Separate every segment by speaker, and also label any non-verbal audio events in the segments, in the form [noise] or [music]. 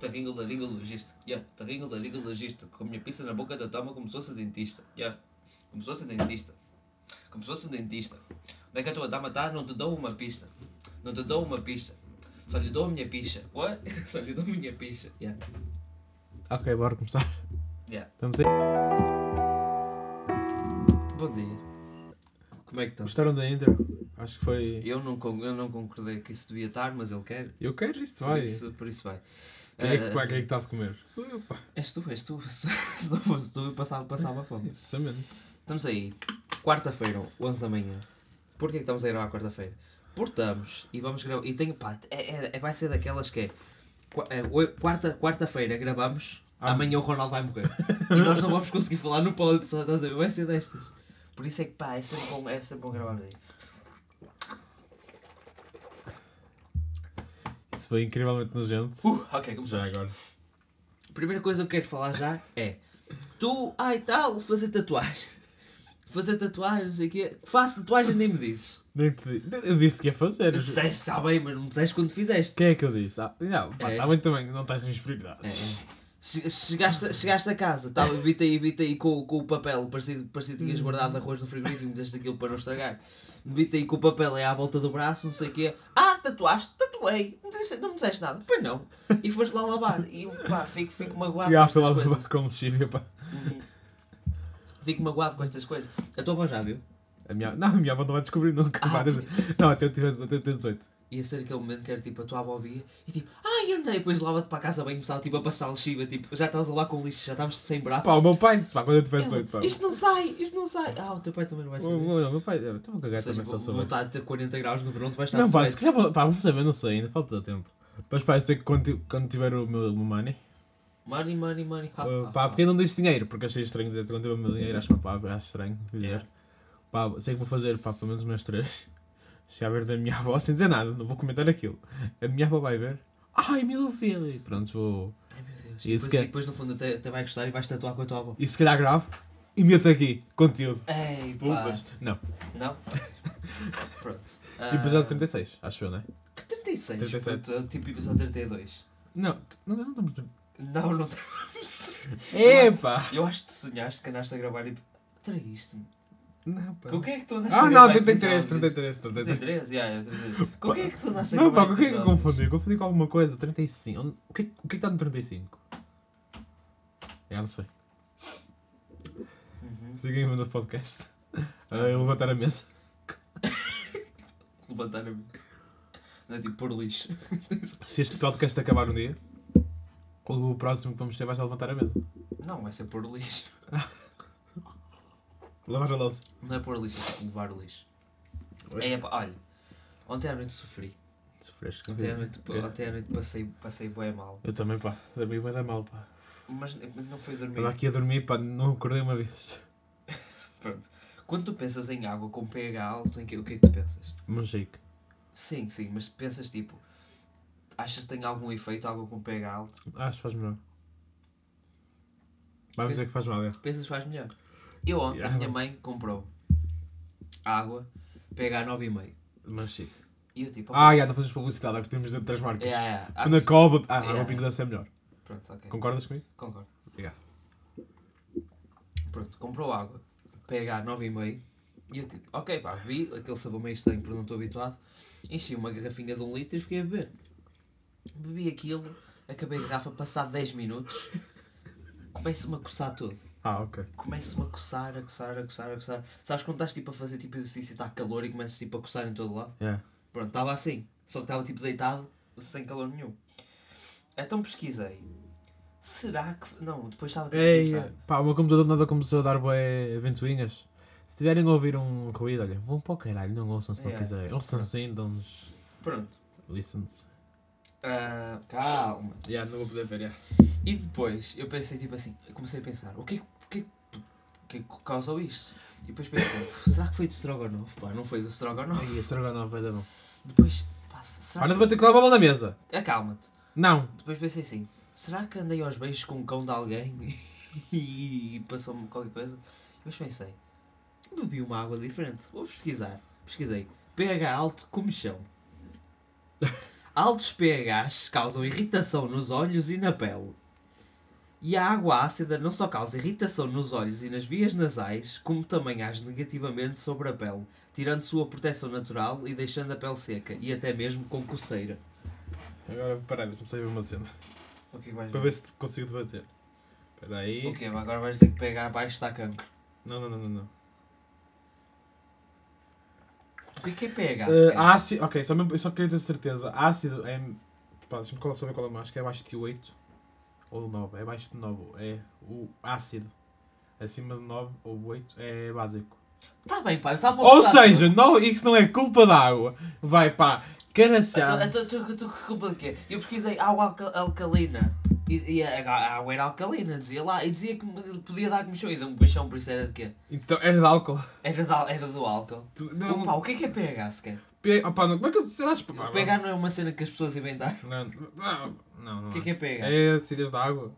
Speaker 1: Tavingola, ligologista. Yeah. Tavingola, ligologista. Com a minha pizza na boca da toma como se fosse dentista. Yeah. Como se fosse dentista. Como se fosse dentista. Onde é que a tua dama está? Não te dou uma pista. Não te dou uma pista. Só lhe dou a minha picha. What? [laughs] Só lhe dou a minha picha. Yeah.
Speaker 2: Ok, bora começar.
Speaker 1: Yeah.
Speaker 2: Estamos aí.
Speaker 1: Bom dia. Como é que estás?
Speaker 2: Gostaram da intro? Acho que foi.
Speaker 1: Eu não, con- eu não concordei que isso devia estar, mas ele quer.
Speaker 2: Eu quero isto,
Speaker 1: Por
Speaker 2: vai.
Speaker 1: isso, por isso vai.
Speaker 2: Quem é que
Speaker 1: Eh,
Speaker 2: vai? Quem é que está de comer? Sou eu, pá.
Speaker 1: És tu, és tu. [laughs] Se não fosse tu, eu passava, passava fome.
Speaker 2: Exatamente.
Speaker 1: Estamos aí, quarta-feira, 11 da manhã. Porquê que estamos a gravar quarta-feira? Porque estamos e vamos gravar. E tenho, pá, é, é- é- vai ser daquelas que é. qua- é, oi- quarta- quarta-feira gravamos,
Speaker 2: Ah.
Speaker 1: amanhã o Ronaldo vai morrer. e nós não vamos conseguir falar no pódio, estás a ver? Vai ser destas. Por isso é que, pá, é sempre bom, é sempre bom gravar aí.
Speaker 2: Isso foi incrivelmente nojento.
Speaker 1: Uh, ok,
Speaker 2: Já
Speaker 1: começamos.
Speaker 2: agora.
Speaker 1: Primeira coisa que eu quero falar já é. Tu, ai tal, fazer tatuagem. Fazer tatuagem, não sei o quê. Faço tatuagem, nem me dizes.
Speaker 2: Nem te di- Eu disse que ia fazer.
Speaker 1: Eu disseste, está bem, mas não me disseste quando fizeste.
Speaker 2: Quem é que eu disse? Ah, não, pá,
Speaker 1: É.
Speaker 2: está bem também. Não estás nas
Speaker 1: É, é.
Speaker 2: prioridades.
Speaker 1: Che- Chegaste, chegaste a casa, estava bita aí, bita aí com, com o papel, parecia, parecia que tinhas
Speaker 2: Uhum.
Speaker 1: guardado arroz no frigorífico, meteste aquilo para não estragar. Bita aí com o papel aí à volta do braço, não sei o quê. Ah, tatuaste, tatuei, não, disse- não me disseste nada, pois não. E foste lá lavar, e pá, fico, fico magoado
Speaker 2: E
Speaker 1: com
Speaker 2: há
Speaker 1: estas
Speaker 2: falado
Speaker 1: coisas.
Speaker 2: de com lexívia, pá.
Speaker 1: Uhum. Fico magoado com estas coisas. A tua avó já viu?
Speaker 2: A minha... Não, a minha avó não vai descobrir nunca.
Speaker 1: Ah,
Speaker 2: pá. Não, até eu tiver até eu ter 18.
Speaker 1: Ia ser aquele momento que era tipo a tua avó via e tipo, ai André, e depois lava-te para a casa bem, começava tipo a passar lexiva, tipo, já estás a lavar com lixo, já estávamos sem braços.
Speaker 2: Pá, o meu pai, pá, quando eu tiver
Speaker 1: Ela,
Speaker 2: 18, pá.
Speaker 1: É, Isto não sai, isto não sai. Ah, o teu pai também não vai
Speaker 2: O,
Speaker 1: saber.
Speaker 2: o, o meu pai, estou a
Speaker 1: Ou
Speaker 2: cagar
Speaker 1: seja,
Speaker 2: também, só
Speaker 1: vou,
Speaker 2: sobre.
Speaker 1: voltar a ter 40 graus no verão, tu vais estar
Speaker 2: Não,
Speaker 1: de
Speaker 2: pá,
Speaker 1: sweats.
Speaker 2: se quiser, pá, vamos saber, não sei, ainda falta tempo. Mas pá, eu sei que quando, ti- quando tiver o meu, o meu money,
Speaker 1: Money, money, money. Ha,
Speaker 2: uh,
Speaker 1: ha,
Speaker 2: pá,
Speaker 1: ha.
Speaker 2: porque eu não disse dinheiro, porque achei estranho dizer, quando tiver o meu dinheiro, acho, pá, acho estranho dizer.
Speaker 1: Yeah.
Speaker 2: Pá, sei que vou fazer, pá, pelo menos umas três. [laughs] Já ver da minha avó, sem dizer nada, não vou comentar aquilo. A minha avó vai ver. Ai, meu Deus! E pronto, vou...
Speaker 1: Ai meu Deus.
Speaker 2: Isso
Speaker 1: E depois,
Speaker 2: que é-
Speaker 1: e depois no fundo até, até vai gostar e vais tatuar com a tua avó.
Speaker 2: E se calhar gravo e meto aqui, conteúdo.
Speaker 1: Ei, pá.
Speaker 2: Pumbas. Não.
Speaker 1: Não? Pronto. Ah,
Speaker 2: E depois é o 36, acho eu, não é?
Speaker 1: Que 36?
Speaker 2: 37.
Speaker 1: Puto, é o tipo episódio 32.
Speaker 2: Não, t- não, não, não. não.
Speaker 1: Não, não estamos.
Speaker 2: Epá!
Speaker 1: Eu acho que tu sonhaste que andaste a gravar e. Traíste-me.
Speaker 2: Não, pá.
Speaker 1: Com o que é que tu andaste a
Speaker 2: Ah,
Speaker 1: gravar?
Speaker 2: não, 33,
Speaker 1: episódios?
Speaker 2: 33, 33.
Speaker 1: 33, yeah, 33. Com o que é que tu andaste a
Speaker 2: Não,
Speaker 1: gravar?
Speaker 2: pá, com o que é que eu
Speaker 1: episódios?
Speaker 2: confundi? Eu confundi com alguma coisa. 35. Onde- O que é que o que é que está no 35? Eu não sei.
Speaker 1: Uhum.
Speaker 2: Se alguém manda podcast, [laughs] ah, eu levantar a mesa.
Speaker 1: levantar a mesa. Não é tipo pôr lixo.
Speaker 2: Se este podcast acabar um dia, o próximo que vamos ter vai ser levantar a mesa.
Speaker 1: Não, vai ser pôr lixo.
Speaker 2: Lavar a louça.
Speaker 1: Não é pôr lixo, é tipo levar lixo. É, pá, olha, ontem à noite sofri.
Speaker 2: Sofreste.
Speaker 1: Ontem à noite, ontem à noite passei, passei bem mal.
Speaker 2: Eu também, pá. Dormi vai dar mal, pá.
Speaker 1: Mas não foi
Speaker 2: Estava
Speaker 1: dormir.
Speaker 2: aqui a dormir, pá. Não acordei uma vez.
Speaker 1: Pronto. Quando tu pensas em água com pH alto, em que, o que é que tu pensas?
Speaker 2: Manjeico.
Speaker 1: Sim, sim, mas pensas tipo. Achas que tem algum efeito água com pH alto?
Speaker 2: Ah, Acho que faz melhor. Vai-me dizer que faz mal, é.
Speaker 1: Pensas que faz melhor. Eu ontem, a
Speaker 2: Yeah.
Speaker 1: minha mãe comprou água pH 9,5.
Speaker 2: Manjeico.
Speaker 1: E eu tipo.
Speaker 2: Ah, já, não fazemos publicidade, é porque temos de outras marcas.
Speaker 1: é, é,
Speaker 2: Quando a cova. Ah,
Speaker 1: Yeah.
Speaker 2: água pingo doce é melhor.
Speaker 1: Pronto, ok.
Speaker 2: Concordas comigo?
Speaker 1: Concordo.
Speaker 2: Obrigado.
Speaker 1: Pronto, comprou água, pH 9,5 e eu tipo, ok pá, vi aquele sabor meio estranho porque não estou habituado, enchi uma garrafinha de um litro e fiquei a beber. Bebi aquilo, acabei a garrafa, passado 10 minutos, começa-me a coçar tudo.
Speaker 2: Ah, ok.
Speaker 1: Começa-me a coçar, a coçar, a coçar, a coçar. Sabes quando estás tipo a fazer tipo exercício e está calor e começas tipo a coçar em todo lado?
Speaker 2: Yeah.
Speaker 1: Pronto, estava assim. Só que estava tipo deitado, sem calor nenhum. Então pesquisei. Será que. Não, depois estava tipo a
Speaker 2: Ei,
Speaker 1: pensar.
Speaker 2: pá, o meu computador de nada começou a dar bué ventoinhas. Se tiverem a ouvir um ruído, olha, vão para o caralho, não ouçam se não
Speaker 1: Yeah.
Speaker 2: quiserem. Ouçam sim, dão-nos
Speaker 1: Pronto.
Speaker 2: listens.
Speaker 1: Ah, calma.
Speaker 2: Yeah, não vou poder ver, yeah.
Speaker 1: E depois eu pensei tipo assim, eu comecei a pensar, o que é que- o que, é que- o que, é que causou isto? E depois pensei, será que foi do Strogonoff? Pá, não foi do Strogonoff.
Speaker 2: Aí, a Strogonoff vai dar bom.
Speaker 1: Depois, pá, será
Speaker 2: Para de
Speaker 1: que... É,
Speaker 2: bater com a bola na mesa!
Speaker 1: Acalma-te.
Speaker 2: Não!
Speaker 1: Depois pensei assim, será que andei aos beijos com o cão de alguém [laughs] e passou-me qualquer coisa? Depois pensei, bebi uma água diferente, vou pesquisar. Pesquisei, pH alto, comichão. [laughs] Altos pHs causam irritação nos olhos e na pele. E a água ácida não só causa irritação nos olhos e nas vias nasais, como também age negativamente sobre a pele, tirando sua proteção natural e deixando a pele seca, e até mesmo com coceira.
Speaker 2: Agora, peraí, deixa-me só ver uma cena.
Speaker 1: O que é que vais
Speaker 2: Para ver se te consigo debater. Espera aí.
Speaker 1: Ok, mas agora vais ter que pegar abaixo da cancro.
Speaker 2: Não, não, não, não. não.
Speaker 1: O que é que é pH?
Speaker 2: Eh,
Speaker 1: sequer?
Speaker 2: ácido. Ok, só, mesmo- eu só queria ter certeza. Ácido é. Pá, deixa-me colo- saber qual é mais. Acho que é abaixo de 8 ou 9. É abaixo de 9. É o ácido. Acima de 9 ou 8 é básico.
Speaker 1: Tá bem, pai, tá bom.
Speaker 2: Ou
Speaker 1: tá-
Speaker 2: seja, não, isso não é culpa da água. Vai pá,
Speaker 1: Então,
Speaker 2: caraçado.
Speaker 1: então, tu- tu- tu- que culpa de quê? Eu pesquisei água alca- alcalina e, e a, a água era alcalina, dizia lá, e dizia que me- podia dar comichão e deu-me comichão, por isso era de quê?
Speaker 2: Então era de álcool.
Speaker 1: Era, de al- era do álcool.
Speaker 2: Tu-
Speaker 1: Opa,
Speaker 2: não-
Speaker 1: o que é que é pH sequer?
Speaker 2: P- Opa, não, como é que eu. Sei lá, tipo,
Speaker 1: O pH não é uma cena que as pessoas inventaram.
Speaker 2: Não, não, não. não
Speaker 1: O que é que é pH?
Speaker 2: É acidez da água.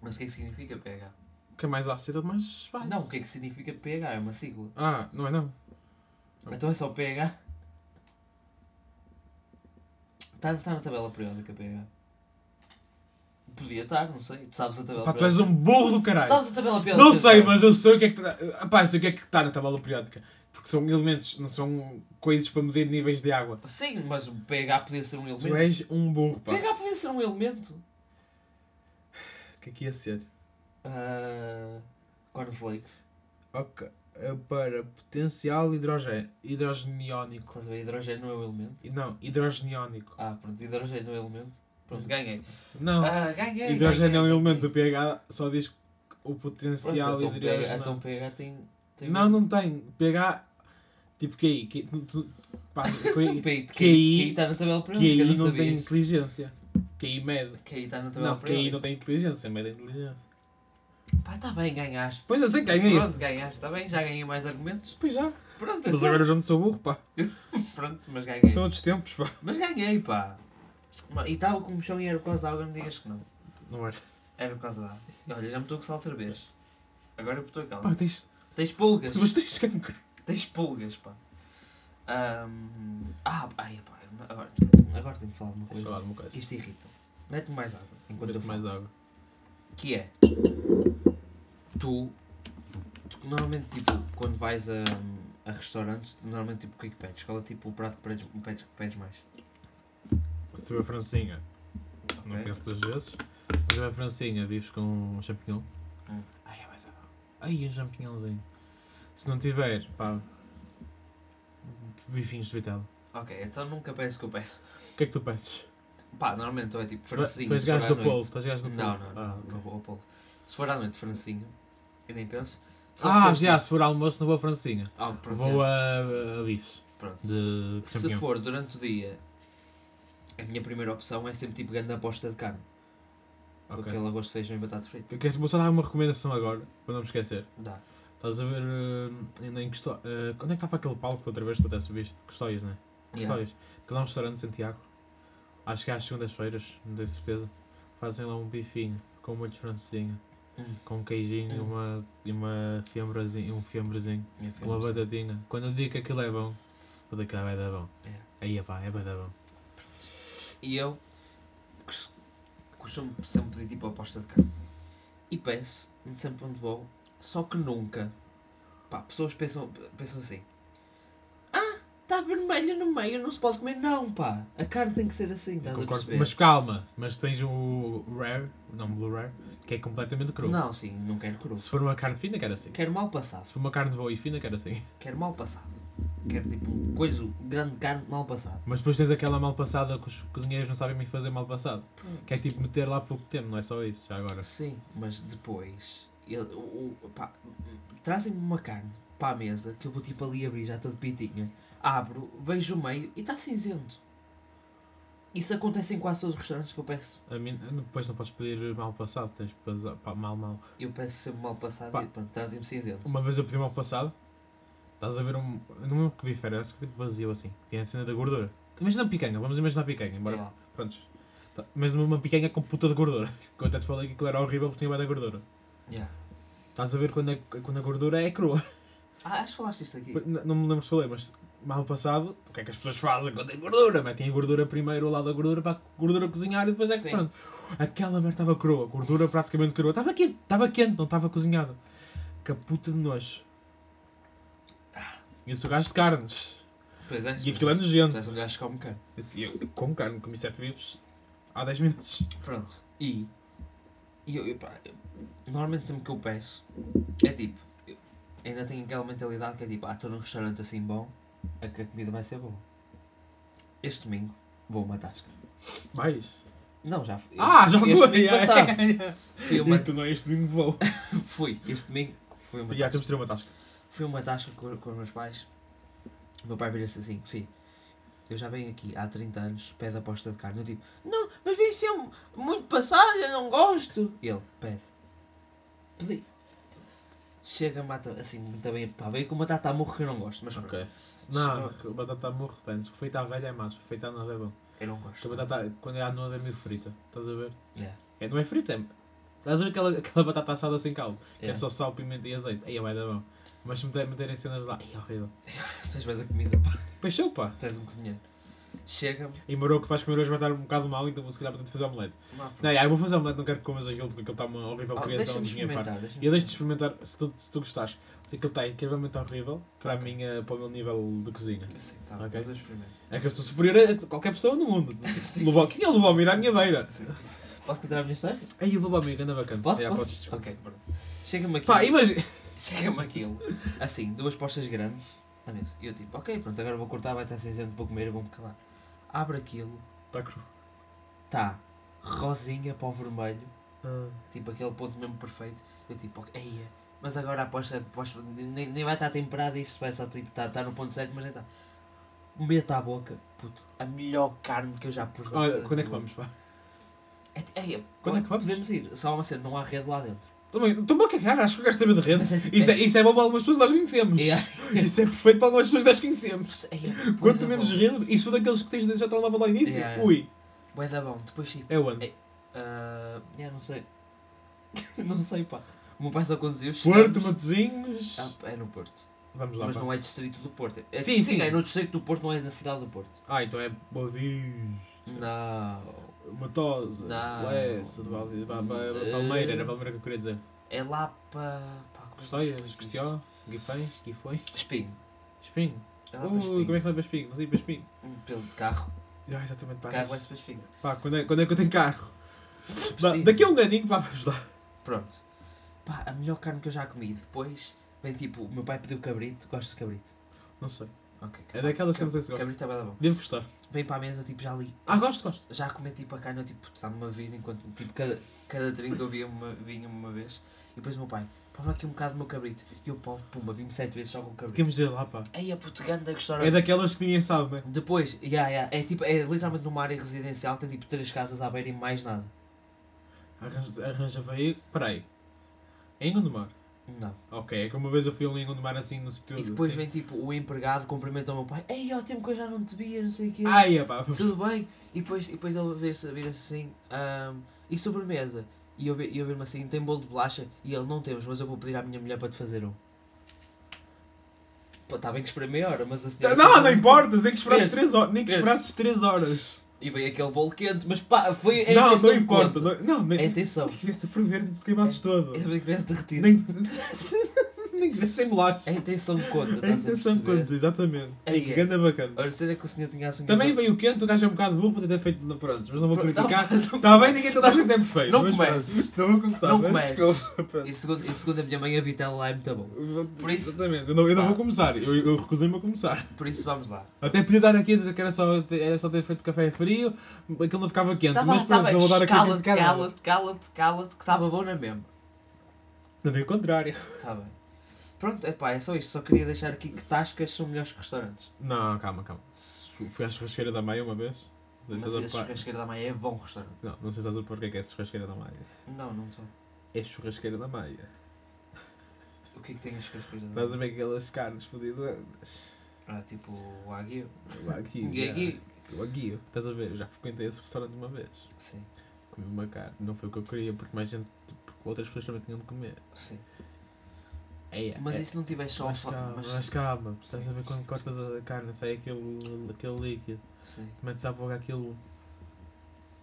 Speaker 1: Mas o que é que significa pH?
Speaker 2: O que é mais ácido, mais fácil.
Speaker 1: Não, o que é que significa pH? É uma sigla.
Speaker 2: Ah, não é não. Não.
Speaker 1: Então é só pH? Está tá na tabela periódica pH? Podia estar, não é. sei. Tu sabes a tabela
Speaker 2: Pá, tu és
Speaker 1: periódica?
Speaker 2: um burro do caralho.
Speaker 1: Sabes a tabela periódica?
Speaker 2: Não sei,
Speaker 1: cara?
Speaker 2: mas eu sei o que é que está. Pá, eu sei o que é que está na tabela periódica. Porque são elementos, não são coisas para medir níveis de água.
Speaker 1: Sim, mas o pH podia ser um
Speaker 2: Tu
Speaker 1: elemento.
Speaker 2: és um burro, pá.
Speaker 1: pH podia ser um elemento.
Speaker 2: O que é que ia ser?
Speaker 1: Ah, cornflakes.
Speaker 2: Ok. eh, Para potencial hidrogênio. Hidrogeniónico.
Speaker 1: Estás a ver? Hidrogênio não é um elemento.
Speaker 2: Não, hidrogeniónico.
Speaker 1: Ah, pronto, hidrogênio não é um elemento. Pronto, ganhei.
Speaker 2: Não.
Speaker 1: Ah, ganhei.
Speaker 2: hidrogênio é um
Speaker 1: ganhei.
Speaker 2: elemento. O pH só diz que o
Speaker 1: Pronto,
Speaker 2: potencial
Speaker 1: então pH,
Speaker 2: hidrogênio. é?
Speaker 1: então pH tem. tem um
Speaker 2: Não, não tem. pH. Tipo QI. Que, tu- tu- pá,
Speaker 1: Sim,
Speaker 2: QI,
Speaker 1: PI.
Speaker 2: QI.
Speaker 1: QI está tá na tabela periódica,
Speaker 2: QI
Speaker 1: não
Speaker 2: não tem
Speaker 1: sabias.
Speaker 2: inteligência. QI mede.
Speaker 1: QI está na tabela
Speaker 2: Não, QI
Speaker 1: periódica.
Speaker 2: não tem inteligência, mede a inteligência.
Speaker 1: Pá, está bem, ganhaste.
Speaker 2: Pois eu sei que ganha
Speaker 1: Pronto,
Speaker 2: isso.
Speaker 1: ganhaste, está bem, já ganhei mais argumentos.
Speaker 2: Pois já.
Speaker 1: Pronto,
Speaker 2: Mas
Speaker 1: então.
Speaker 2: agora eu já não sou burro, pá.
Speaker 1: Pronto, mas ganhei.
Speaker 2: São outros tempos, pá.
Speaker 1: Mas ganhei, pá. E estava com o chão e era por causa da água, não digas que não.
Speaker 2: Não era.
Speaker 1: Era por causa da. Olha, já me estou a coçar outra vez. Agora eu estou a
Speaker 2: Pá,
Speaker 1: calma.
Speaker 2: tens.
Speaker 1: Tens pulgas.
Speaker 2: Mas tens cancro.
Speaker 1: Tens pulgas, pá. Ahm, Ah, ai, pá. Agora, agora tenho que falar de uma
Speaker 2: Deixa eu
Speaker 1: coisa.
Speaker 2: falar uma coisa.
Speaker 1: Que isto é irrita. Mete-me mais água enquanto eu
Speaker 2: Mete
Speaker 1: falo.
Speaker 2: mais água.
Speaker 1: Que é. Tu. tu normalmente, tipo, quando vais a, a restaurantes, tu normalmente, tipo, o que é que pedes? Qual é tipo o prato que pedes, pedes, que pedes mais?
Speaker 2: Se tiver francinha, não
Speaker 1: Ok.
Speaker 2: peço duas vezes. Se tiver francinha, vives com um champignon.
Speaker 1: Hum.
Speaker 2: Ai, é mais bom. Ai, um champinhãozinho. Se não tiver, pá. Bifinhos de vitela.
Speaker 1: Ok, então nunca peço o que eu peço.
Speaker 2: O que é que tu pedes?
Speaker 1: Pá, normalmente então é tipo francesinha.
Speaker 2: Tu és
Speaker 1: se for
Speaker 2: gajo
Speaker 1: à
Speaker 2: do
Speaker 1: noite.
Speaker 2: polvo, tu és gajo do polvo.
Speaker 1: Não, não, não,
Speaker 2: Ah,
Speaker 1: não
Speaker 2: ok.
Speaker 1: vou ao polvo. Se for à noite francinho, eu nem penso. Só
Speaker 2: Ah,
Speaker 1: depois-
Speaker 2: já, se for almoço, não vou a francinha.
Speaker 1: Ah, pronto,
Speaker 2: Vou
Speaker 1: já.
Speaker 2: a, a bifes.
Speaker 1: Pronto.
Speaker 2: De
Speaker 1: Se
Speaker 2: campeão.
Speaker 1: for durante o dia, a minha primeira opção é sempre tipo grande aposta de carne. Com
Speaker 2: Ok.
Speaker 1: aquele arroz de feijão e batata frita.
Speaker 2: Eu quero- Vou só dar uma recomendação agora, para não me esquecer.
Speaker 1: Dá.
Speaker 2: Estás a ver. eh, ainda em Custo... eh, quando é que estava aquele palco que outra vez tu até subiste? Custóias, não é?
Speaker 1: Yeah.
Speaker 2: Custóias. Tem lá um restaurante de Santiago. Acho que é às segundas-feiras, não tenho certeza. Fazem lá um bifinho com molho de francesinha,
Speaker 1: Hum.
Speaker 2: com um queijinho e
Speaker 1: Hum.
Speaker 2: uma, e uma fiambrezinha, um fiambrezinho,
Speaker 1: Minha
Speaker 2: uma
Speaker 1: filha.
Speaker 2: batatinha. Quando eu digo que aquilo é bom, eu digo que é bué da bom.
Speaker 1: Yeah.
Speaker 2: Aí é pá, é bué da bom.
Speaker 1: E eu cos- costumo sempre pedir tipo aposta de carne. E peço um sempre onde vou, só que nunca. Pá, pessoas pensam, pensam assim. Ah, está vermelho no meio, não se pode comer. Não, pá. A carne tem que ser assim,
Speaker 2: Eu
Speaker 1: estás a
Speaker 2: concordo,
Speaker 1: perceber?
Speaker 2: mas calma, mas tens o Rare, não Blue Rare, que é completamente cru.
Speaker 1: Não, sim, não quero cru.
Speaker 2: Se for uma carne fina, quero assim.
Speaker 1: Quero mal passado.
Speaker 2: Se for uma carne boa e fina, quero assim. [laughs]
Speaker 1: Quero mal passado. Quero tipo um coisa, grande carne mal passado.
Speaker 2: Mas depois tens aquela mal passada que os cozinheiros não sabem me fazer mal passado. Que é tipo meter lá pouco tempo, não é só isso, já agora.
Speaker 1: Sim, mas depois. ele- o- o- pá, Trazem-me uma carne para a mesa que eu vou tipo ali abrir já todo pitinho. Abro, vejo o meio e está cinzento. Isso acontece em quase todos os restaurantes que eu peço.
Speaker 2: A mim, depois não podes pedir mal passado, tens que passar- pá, mal, mal.
Speaker 1: Eu peço sempre mal passado
Speaker 2: Pá.
Speaker 1: e pronto, trazem-me cinzento.
Speaker 2: Uma vez eu pedi mal passado, estás a ver um. eu Não me lembro que vi fera, acho que tipo vazio assim. Tinha a cena da gordura. Imagina a picanha, vamos imaginar a picanha, embora.
Speaker 1: É lá.
Speaker 2: Prontos. Tá, Mas uma picanha com puta de gordura. [laughs] Que eu até te falei que aquilo era horrível porque tinha bué da gordura.
Speaker 1: Yeah.
Speaker 2: Estás a ver quando a, quando a gordura é crua.
Speaker 1: Ah, acho que falaste isto aqui.
Speaker 2: Não, não me lembro se falei, mas mal passado, o que é que as pessoas fazem quando tem gordura? Metem a gordura primeiro ao lado da gordura para a gordura cozinhar e depois é que
Speaker 1: Sim.
Speaker 2: pronto. Aquela merda estava crua, gordura praticamente crua. Estava quente, estava quente, não estava cozinhada. Que puta de nojo. Eu sou gajo de carnes.
Speaker 1: Pois é.
Speaker 2: E aquilo é
Speaker 1: Tu
Speaker 2: nojento. assim,
Speaker 1: és um gajo que come carne.
Speaker 2: Eu como carne, comi sete vivos há 10 minutos.
Speaker 1: Pronto. E. e eu, eu, pá, eu- normalmente sempre que eu peço é tipo. eu ainda tenho aquela mentalidade que é tipo, ah, estou num restaurante assim bom, a que a comida vai ser boa. Este domingo vou a uma tasca.
Speaker 2: Vais?
Speaker 1: Não, já fui.
Speaker 2: Ah, já
Speaker 1: este
Speaker 2: foi! [laughs]
Speaker 1: Domingo passado. Fui a
Speaker 2: E
Speaker 1: uma,
Speaker 2: tu não, este domingo vou.
Speaker 1: [laughs] fui. Este domingo fui a uma
Speaker 2: Já
Speaker 1: tasca.
Speaker 2: temos de ter uma tasca.
Speaker 1: Fui a uma tasca com, com os meus pais. O meu pai vira-se assim, filho. Eu já venho aqui há 30 anos, pede aposta de carne. Eu tipo, não, mas vem ser muito passado, eu não gosto. E ele, pede. Pedi. Chega, mata assim, muito bem. Pá, veio com uma tata morro que eu não gosto, mas pronto,
Speaker 2: Ok. Não, a batata morre depende. Se for feita à velha é massa, se for feita à nova é bom.
Speaker 1: eu não
Speaker 2: Porque
Speaker 1: gosto.
Speaker 2: a batata, quando é à nova é meio frita, estás a ver?
Speaker 1: É.
Speaker 2: É, não é frita, é... Estás a ver aquela, aquela batata assada sem caldo, que é
Speaker 1: É.
Speaker 2: só sal, pimenta e azeite. Aí vai dar bom. Mas se meter- meterem cenas lá, aí é horrível.
Speaker 1: Tu és bem da comida, pá,
Speaker 2: Pois sou, pá.
Speaker 1: tu és um cozinheiro. Chega-me.
Speaker 2: E Maroco faz comer hoje vai estar um bocado mal, então vou se calhar portanto fazer omelete.
Speaker 1: não há problema.
Speaker 2: Não, é, já, eu vou fazer omelete, não quero que comas aquilo porque aquilo está uma horrível
Speaker 1: Ah,
Speaker 2: criação
Speaker 1: Deixa-me
Speaker 2: de minha parte.
Speaker 1: experimentar, deixa-me
Speaker 2: um E eu deixo-te experimentar, se tu, se tu gostares, porque aquilo está incrivelmente horrível para, a minha, para o meu nível de cozinha.
Speaker 1: experimentar. Sim, tá,
Speaker 2: Ok.
Speaker 1: mas eu experimento.
Speaker 2: [laughs] É que eu sou superior a qualquer pessoa no mundo. Levou, quem é o Lubomir à minha beira?
Speaker 1: Sim. Posso contar a minha história?
Speaker 2: Aí o Lubomir, anda bacana.
Speaker 1: Posso?
Speaker 2: É,
Speaker 1: posso?
Speaker 2: podes, desculpa.
Speaker 1: ok, pronto. Chega-me aqui.
Speaker 2: Pá, imagina.
Speaker 1: Chega-me aquilo. Assim, duas postas grandes na mesa. E eu tipo, ok, pronto, agora vou cortar, vai estar cinzento, vou comer, vou-me calar. Abre aquilo,
Speaker 2: Está cru.
Speaker 1: tá rosinha para o vermelho, tipo aquele ponto mesmo perfeito. Eu tipo, ok, eia, mas agora a posta, a posta nem, nem vai estar temperada isto, vai só tipo, está tá no ponto certo, mas nem está. Meta à boca, puto, a melhor carne que eu já pus. na
Speaker 2: Olha,
Speaker 1: puta da
Speaker 2: quando é
Speaker 1: minha
Speaker 2: que
Speaker 1: boca.
Speaker 2: vamos, pá?
Speaker 1: É, é, é,
Speaker 2: Quando é que vamos?
Speaker 1: Podemos ir, só uma cena, não há rede lá dentro.
Speaker 2: Estou-me a cagar, acho que o gajo saber de rede.
Speaker 1: Mas é-
Speaker 2: Isso é, isso é bom para algumas pessoas que nós conhecemos.
Speaker 1: É,
Speaker 2: [laughs] Isso é perfeito para algumas pessoas que nós conhecemos.
Speaker 1: Eia,
Speaker 2: [laughs]
Speaker 1: bué
Speaker 2: Quanto
Speaker 1: da
Speaker 2: menos
Speaker 1: bom.
Speaker 2: rede, e se for daqueles que tens de já estão lá no início,
Speaker 1: Yeah.
Speaker 2: ui,
Speaker 1: Bué da bom, depois tipo.
Speaker 2: é o ano.
Speaker 1: É. Ah, yeah, não sei. [laughs] não sei, pá. O meu pai só conduziu.
Speaker 2: Porto,
Speaker 1: chegamos-
Speaker 2: Matozinhos.
Speaker 1: é. Ah, é no Porto.
Speaker 2: Vamos lá,
Speaker 1: Mas
Speaker 2: pá.
Speaker 1: não é distrito do Porto. É,
Speaker 2: Sim,
Speaker 1: sim,
Speaker 2: sim.
Speaker 1: sim, é no distrito do Porto, não é na cidade do Porto.
Speaker 2: Ah, então é Bovis,
Speaker 1: Não.
Speaker 2: Matosa,
Speaker 1: Não.
Speaker 2: Lessa, Palmeira, era a Palmeira que eu queria dizer.
Speaker 1: É lá para. Pá, como é que se chama
Speaker 2: Custóias,
Speaker 1: isto?
Speaker 2: Custió, Guifães, Guifões,
Speaker 1: Espinho.
Speaker 2: Espinho.
Speaker 1: É lá para
Speaker 2: Ui,
Speaker 1: Espinho. Um
Speaker 2: como é que vai para Espinho? Não sei para Espinho.
Speaker 1: Pelo de carro.
Speaker 2: Ah, exatamente, tá.
Speaker 1: carro vai-se para Espinho.
Speaker 2: Pá, quando é, quando é que eu tenho carro? Da-
Speaker 1: Preciso.
Speaker 2: daqui a um aninho, pá, vamos lá.
Speaker 1: Pronto. Pá, a melhor carne que eu já comi. Depois, vem tipo, o meu pai pediu cabrito. Gosto de cabrito.
Speaker 2: Não sei.
Speaker 1: Ok.
Speaker 2: É daquelas que eu não sei se gosto.
Speaker 1: Cabrito é bué da bom.
Speaker 2: Devo gostar.
Speaker 1: Vem para a mesa, tipo, já ali.
Speaker 2: Ah, gosto, gosto.
Speaker 1: já a comer tipo a carne, eu tipo, estava me a vir enquanto tipo, cada, cada trinca eu via uma, vinha uma vez. E depois o meu pai, prova aqui um bocado do meu cabrito. E eu, pau, pumba, vim-me sete vezes só com o cabrito.
Speaker 2: Temos de ir lá, pá.
Speaker 1: Aí a portugana da história.
Speaker 2: É daquelas que ninguém sabe, né?
Speaker 1: Depois, yeah, yeah, é tipo, é literalmente numa área residencial, tem tipo três casas à beira e mais nada.
Speaker 2: Arranja, arranja veio. Peraí. É em Gondomar.
Speaker 1: Não.
Speaker 2: Ok, é que uma vez eu fui ali em Gondomar assim no sítio.
Speaker 1: E depois
Speaker 2: assim.
Speaker 1: vem tipo o empregado, cumprimenta o meu pai, ei, ó, tempo que eu já não te via, não sei o quê.
Speaker 2: Ai, é pá.
Speaker 1: Tudo bem? E depois, e depois ele vira-se vira assim, ahm, e sobremesa? E eu, vi- e eu vi-me assim, tem bolo de bolacha? E ele, não temos, mas eu vou pedir à minha mulher para te fazer um. Pá, Está bem que esperei meia hora, mas a senhora... um
Speaker 2: Não, não importa, nem que esperasses
Speaker 1: Pedro.
Speaker 2: 3 horas. Nem que
Speaker 1: Pedro.
Speaker 2: esperasses 3 horas.
Speaker 1: E veio aquele bolo quente, mas pá, foi É a
Speaker 2: não,
Speaker 1: intenção
Speaker 2: não
Speaker 1: que
Speaker 2: importa.
Speaker 1: conta.
Speaker 2: Não, não, nem.
Speaker 1: É a intenção. É-
Speaker 2: Nem que viesse a ferver, tipo, te queimasses todo.
Speaker 1: Eu também que tivesse derretido.
Speaker 2: Nem,
Speaker 1: [laughs]
Speaker 2: nem que [laughs] viesse em bolacha.
Speaker 1: É a intenção que conta,
Speaker 2: [laughs] É a
Speaker 1: estás a
Speaker 2: intenção que
Speaker 1: perceber?
Speaker 2: conta, exatamente.
Speaker 1: É,
Speaker 2: Ei, que
Speaker 1: é.
Speaker 2: ganda bacana.
Speaker 1: A cena é que o senhor tinha assim...
Speaker 2: Também veio quente, o gajo é um bocado burro por ter feito na pronto, mas não vou
Speaker 1: Pronto,
Speaker 2: criticar.
Speaker 1: tá bem, não-
Speaker 2: Está bem, ninguém toda a gente é perfeito.
Speaker 1: Não
Speaker 2: mas
Speaker 1: comeces.
Speaker 2: pronto, Não vou começar.
Speaker 1: Não
Speaker 2: mas
Speaker 1: comeces.
Speaker 2: desculpa, pronto.
Speaker 1: E segundo, e segundo a minha mãe, a vitela lá é muito bom. Por isso- Tá.
Speaker 2: Exatamente, eu não, eu não
Speaker 1: Pá.
Speaker 2: vou começar, eu, eu recusei-me a começar.
Speaker 1: Por isso, vamos lá.
Speaker 2: Até podia dar aqui a dizer que era só, ter- era só ter feito café frio, aquilo não ficava quente,
Speaker 1: Tá bom,
Speaker 2: mas
Speaker 1: tá
Speaker 2: pronto,
Speaker 1: bem,
Speaker 2: não vou dar aqui a
Speaker 1: cala-te,
Speaker 2: criticar nada.
Speaker 1: cala-te, cala-te, cala-te, que tá estava bom na mesma.
Speaker 2: Não digo o contrário.
Speaker 1: Tá bem. Pronto, epá, é só isto. Só queria deixar aqui que tascas são melhores que restaurantes.
Speaker 2: Não, calma, calma. Fui à churrasqueira da Maia uma vez. Não
Speaker 1: Mas
Speaker 2: sei
Speaker 1: esse
Speaker 2: se estás a par-
Speaker 1: churrasqueiro da Maia é bom restaurante.
Speaker 2: Não, não sei se estás a par o que é que é churrasqueira da Maia.
Speaker 1: Não, não estou.
Speaker 2: É churrasqueira da Maia.
Speaker 1: O que é que tem as churrasqueiras da
Speaker 2: Estás
Speaker 1: Maia?
Speaker 2: a ver aquelas carnes fodidas?
Speaker 1: Ah, tipo o Aguio. Um
Speaker 2: Lá Aqui,
Speaker 1: E aqui?
Speaker 2: O Aguio, estás a ver? Eu já frequentei esse restaurante uma vez.
Speaker 1: Sim,
Speaker 2: Comi uma carne, não foi o que eu queria, porque mais gente, porque outras pessoas também tinham de comer.
Speaker 1: sim.
Speaker 2: Eia,
Speaker 1: Mas
Speaker 2: é.
Speaker 1: e se não tiver só
Speaker 2: Mas
Speaker 1: fa-
Speaker 2: calma,
Speaker 1: mas-
Speaker 2: mas calma. Estás a ver
Speaker 1: Sim,
Speaker 2: quando
Speaker 1: sim,
Speaker 2: cortas a carne, sai aquele, aquele líquido.
Speaker 1: Sim.
Speaker 2: Metes à boca aquilo.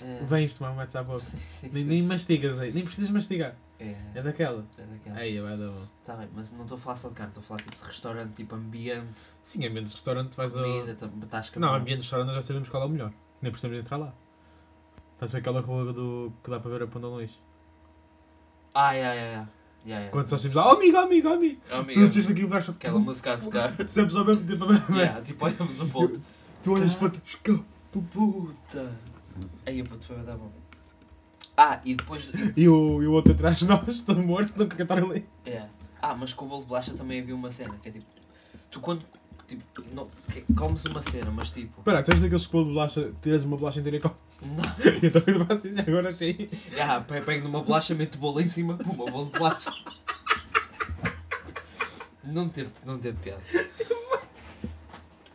Speaker 1: É.
Speaker 2: Vens tomar, metes à boca.
Speaker 1: Sim, sim,
Speaker 2: Nem,
Speaker 1: sim,
Speaker 2: nem
Speaker 1: sim.
Speaker 2: mastigas aí, nem precisas mastigar.
Speaker 1: É,
Speaker 2: É daquela.
Speaker 1: é daquela.
Speaker 2: Aí, vai dar bom.
Speaker 1: Tá bem, mas não estou a falar só de carne, estou a falar tipo de restaurante, tipo ambiente,
Speaker 2: Sim, ambiente de restaurante vais ao.
Speaker 1: comida, tam- tasca.
Speaker 2: uh, Não,
Speaker 1: bom.
Speaker 2: ambiente de restaurante nós já sabemos qual é o melhor. Nem precisamos entrar lá. Estás a ver aquela rua do... que dá para ver a Ponta Luís?
Speaker 1: Ah, é, é, é. Yeah, yeah.
Speaker 2: Quando só temos lá, oh, amigo, oh, amigo, oh, amigo.
Speaker 1: Oh, amigo,
Speaker 2: Tu não tens aquilo baixo
Speaker 1: Aquela música a tocar.
Speaker 2: Sempre ao mesmo tempo a
Speaker 1: [laughs]
Speaker 2: ver.
Speaker 1: yeah, tipo, olhamos um ponto.
Speaker 2: Tu olhas para ti, escão.
Speaker 1: Puta! Aí, puto, foi dar bom. Ah, e depois. e-
Speaker 2: E o, e o outro atrás de nós, todo morto, nunca cantar ali.
Speaker 1: é. Ah, mas com o bolo de blacha também havia uma cena que é tipo. Tu quando. Tipo, não, que- comes uma cena, mas tipo.
Speaker 2: Espera, tu és daqueles que pôr de bolacha, tiras uma bolacha inteira [laughs] e comes.
Speaker 1: Não.
Speaker 2: Eu estou a fazer isso agora achei.
Speaker 1: Ah, pe- pego numa bolacha, meto bolo em cima, pum, o bolo de blacha. Não teve, não teve piada.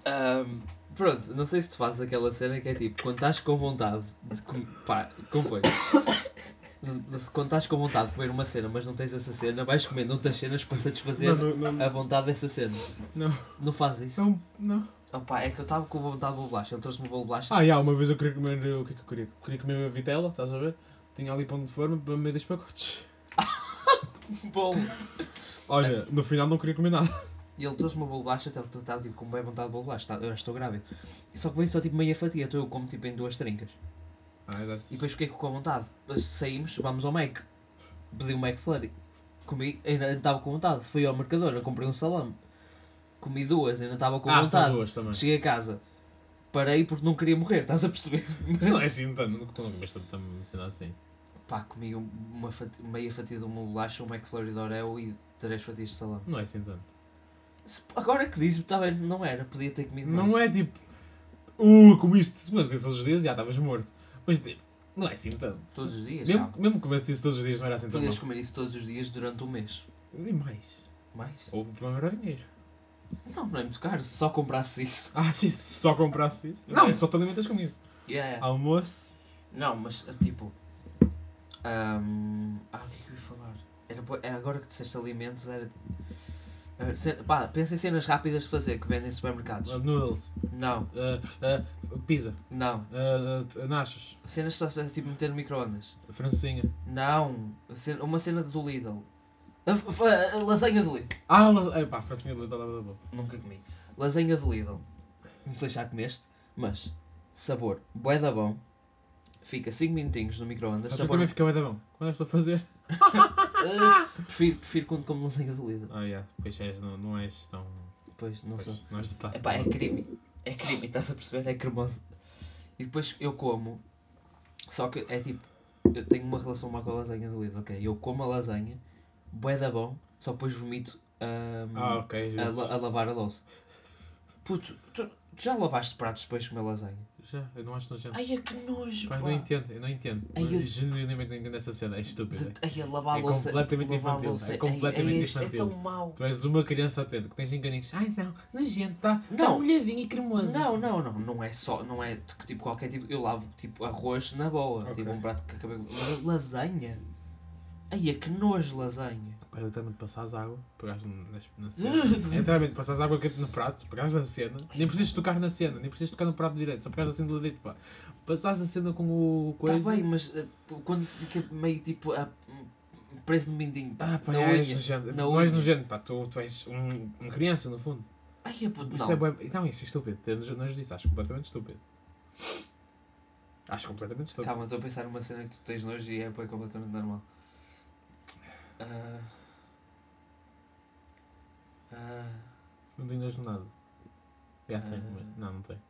Speaker 1: Ahm, pronto, não sei se tu fazes aquela cena que é tipo, quando estás com vontade de comer. pá, compõe. Não- não sei, Quando estás com vontade de comer uma cena, mas não tens essa cena, vais comendo outras cenas para satisfazer
Speaker 2: Não, não,
Speaker 1: a
Speaker 2: não.
Speaker 1: vontade dessa cena.
Speaker 2: Não.
Speaker 1: Não faz isso.
Speaker 2: Não, não.
Speaker 1: Opa, é que eu estava com vontade de bolo de bolacha, ele trouxe-me um bolo de bolacha.
Speaker 2: Ah, já, uma vez eu queria comer. O que é que eu queria? Queria comer a vitela, estás a ver? Tinha ali pão de forma para meio dos pacotes.
Speaker 1: Bom!
Speaker 2: Olha, no final não queria comer nada.
Speaker 1: E ele trouxe uma bolacha, estava estava, tipo com bem vontade de bolacha, tá- eu já estou grávido. E só comi só tipo meia fatia, então eu como tipo em duas trincas.
Speaker 2: Ah, é
Speaker 1: E depois fiquei com a vontade. Mas saímos, vamos ao Mac. Pedi um McFlurry. Comi, ainda ainda estava com vontade. Fui ao mercador, eu comprei um salame. Comi duas, ainda estava com
Speaker 2: Ah, são
Speaker 1: vontade.
Speaker 2: duas também.
Speaker 1: Cheguei a casa. Parei porque não queria morrer, estás a perceber?
Speaker 2: [laughs] Não é assim tanto, não comeste tanto sendo assim.
Speaker 1: Pá, comi um- uma fati- meia fatia de uma bolacha, um McFlurry de Oreo e três fatias de salame.
Speaker 2: Não é assim tanto.
Speaker 1: Se- Agora que dizes, está bem, não era, podia ter comido mais.
Speaker 2: Não é tipo. Uh, comiste mas esses os dias já estavas morto. Mas tipo, não é assim tanto.
Speaker 1: Todos os dias, tá.
Speaker 2: Mesmo,
Speaker 1: calma.
Speaker 2: mesmo que comesse isso todos os dias não era assim tanto.
Speaker 1: Podias comer isso todos os dias durante um mês.
Speaker 2: E mais. um
Speaker 1: Mais?
Speaker 2: Ou para melhorar dinheiro. [laughs]
Speaker 1: Não, não é muito caro, se só comprasse isso.
Speaker 2: Ah, se só comprasse isso.
Speaker 1: Não, É.
Speaker 2: Não, só te alimentas com isso.
Speaker 1: Yeah.
Speaker 2: Almoço.
Speaker 1: Não, mas tipo. ahm, ah, o que é que eu ia falar? Era, bué- é agora que disseste alimentos, era. era cen- Pá, pensa em cenas rápidas de fazer que vendem em supermercados.
Speaker 2: uh, Noodles.
Speaker 1: Não,
Speaker 2: ah, ah, pizza.
Speaker 1: não.
Speaker 2: ah, ah, nachos.
Speaker 1: Cenas só só, tipo meter no microondas.
Speaker 2: Francinha.
Speaker 1: Não. Cen- Uma cena do Lidl. A f- a- a lasanha do Lidl.
Speaker 2: Ah, la- eh, pá, francinha de leite da boa.
Speaker 1: Nunca comi. Lasanha do Lidl. Não sei se já comeste, mas sabor bué da bom. Fica 5 minutinhos no microondas.
Speaker 2: Eu
Speaker 1: Sabor...
Speaker 2: Ah, também fica bem da mão. Quando és para fazer?
Speaker 1: Ah, prefiro, prefiro quando como lasanha do Lidl.
Speaker 2: Ah, yeah. Pois és, não, não és tão...
Speaker 1: Pois, não
Speaker 2: pois, Ah,
Speaker 1: sou.
Speaker 2: Não és de taça.
Speaker 1: Epá, é crime. É crime, estás a perceber? É cremoso. E depois eu como. Só que é tipo. Eu tenho uma relação má com a lasanha do Lidl, ok? Eu como a lasanha, bué da bom, só depois vomito ahm,
Speaker 2: Ah, ok.
Speaker 1: a,
Speaker 2: Jesus.
Speaker 1: la- a lavar a louça. Puto, tu, tu já lavaste pratos depois de comer lasanha?
Speaker 2: Já, eu não acho nojento.
Speaker 1: Ai, é que nojo,
Speaker 2: Pá,
Speaker 1: pá.
Speaker 2: eu não entendo, eu não entendo.
Speaker 1: Ai, eu-
Speaker 2: eu... Genuinamente não entendo essa cena, é estúpido.
Speaker 1: De- ai, a lavar a
Speaker 2: É
Speaker 1: louça.
Speaker 2: completamente
Speaker 1: lavar a
Speaker 2: infantil,
Speaker 1: louça,
Speaker 2: é
Speaker 1: ai,
Speaker 2: completamente
Speaker 1: ai, isto
Speaker 2: infantil.
Speaker 1: É tão mau.
Speaker 2: Tu és uma criança atenta, que tens 5 aninhos. Ai não, nojento, tá, tá
Speaker 1: Não.
Speaker 2: molhadinho e cremoso.
Speaker 1: Não, não, não, não é só, não é t- tipo qualquer tipo, eu lavo tipo arroz na boa,
Speaker 2: Ok.
Speaker 1: tipo um prato que acabei mas lasanha. Ai, é que nojo lasanha. Tá
Speaker 2: Pá, literalmente passas água, pegaste nas-
Speaker 1: [laughs]
Speaker 2: na cena. É literalmente passas água quente no prato, pegaste na cena. Nem precisas tocar na cena, nem precisas tocar no prato direito, só pegaste assim de ladito, pá. Passas a cena com o
Speaker 1: Tá
Speaker 2: coisa.
Speaker 1: bem, mas eh, p- quando fica meio tipo a- um preso no mindinho,
Speaker 2: Ah, pá,
Speaker 1: na
Speaker 2: é, és
Speaker 1: unha,
Speaker 2: nojento.
Speaker 1: na
Speaker 2: Não és
Speaker 1: unha.
Speaker 2: nojento, pá, tu, tu és um, uma criança no fundo.
Speaker 1: Ai, é puto,
Speaker 2: Isso é
Speaker 1: não.
Speaker 2: bué... Não, isso é estúpido. Eu não- não disse, acho completamente estúpido. Acho completamente estúpido.
Speaker 1: Calma, estou a pensar numa cena que tu tens nojo e é bué completamente normal. Ah. Ah.
Speaker 2: Não tenho nojo de nada. Já
Speaker 1: Ah.
Speaker 2: tenho, mas- Não, não tenho.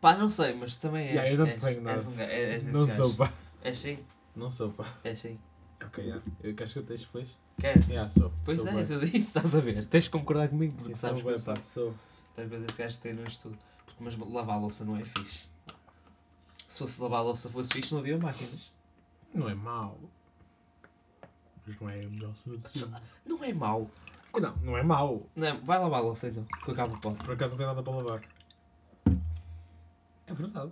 Speaker 1: Pá, não sei, mas também és.
Speaker 2: Já, eu não
Speaker 1: és,
Speaker 2: tenho nada.
Speaker 1: És, um, ga- és, és
Speaker 2: não sou, pá.
Speaker 1: É sim,
Speaker 2: Não sou, pá.
Speaker 1: é sim.
Speaker 2: Ok, já. Eu Queres que eu te deixe feliz?
Speaker 1: Quer?
Speaker 2: Já, sou.
Speaker 1: Pois
Speaker 2: sou
Speaker 1: é,
Speaker 2: bué.
Speaker 1: eu disse, estás a ver? Tens de concordar comigo, porque
Speaker 2: Sim,
Speaker 1: sabes
Speaker 2: sou
Speaker 1: que eu
Speaker 2: bué,
Speaker 1: sou.
Speaker 2: pá. Sou.
Speaker 1: Estás bem desse gajo que tem no estudo. Porque, mas lavar a louça não é fixe. Se fosse lavar a louça fosse fixe, não havia máquinas.
Speaker 2: Não é mau. Mas não é a melhor cena de sempre.
Speaker 1: Não é mau.
Speaker 2: [laughs] Não, não é mau.
Speaker 1: Não, é- vai lavar a louça então, que eu acabo o pote.
Speaker 2: Por acaso não tem nada para lavar. É verdade.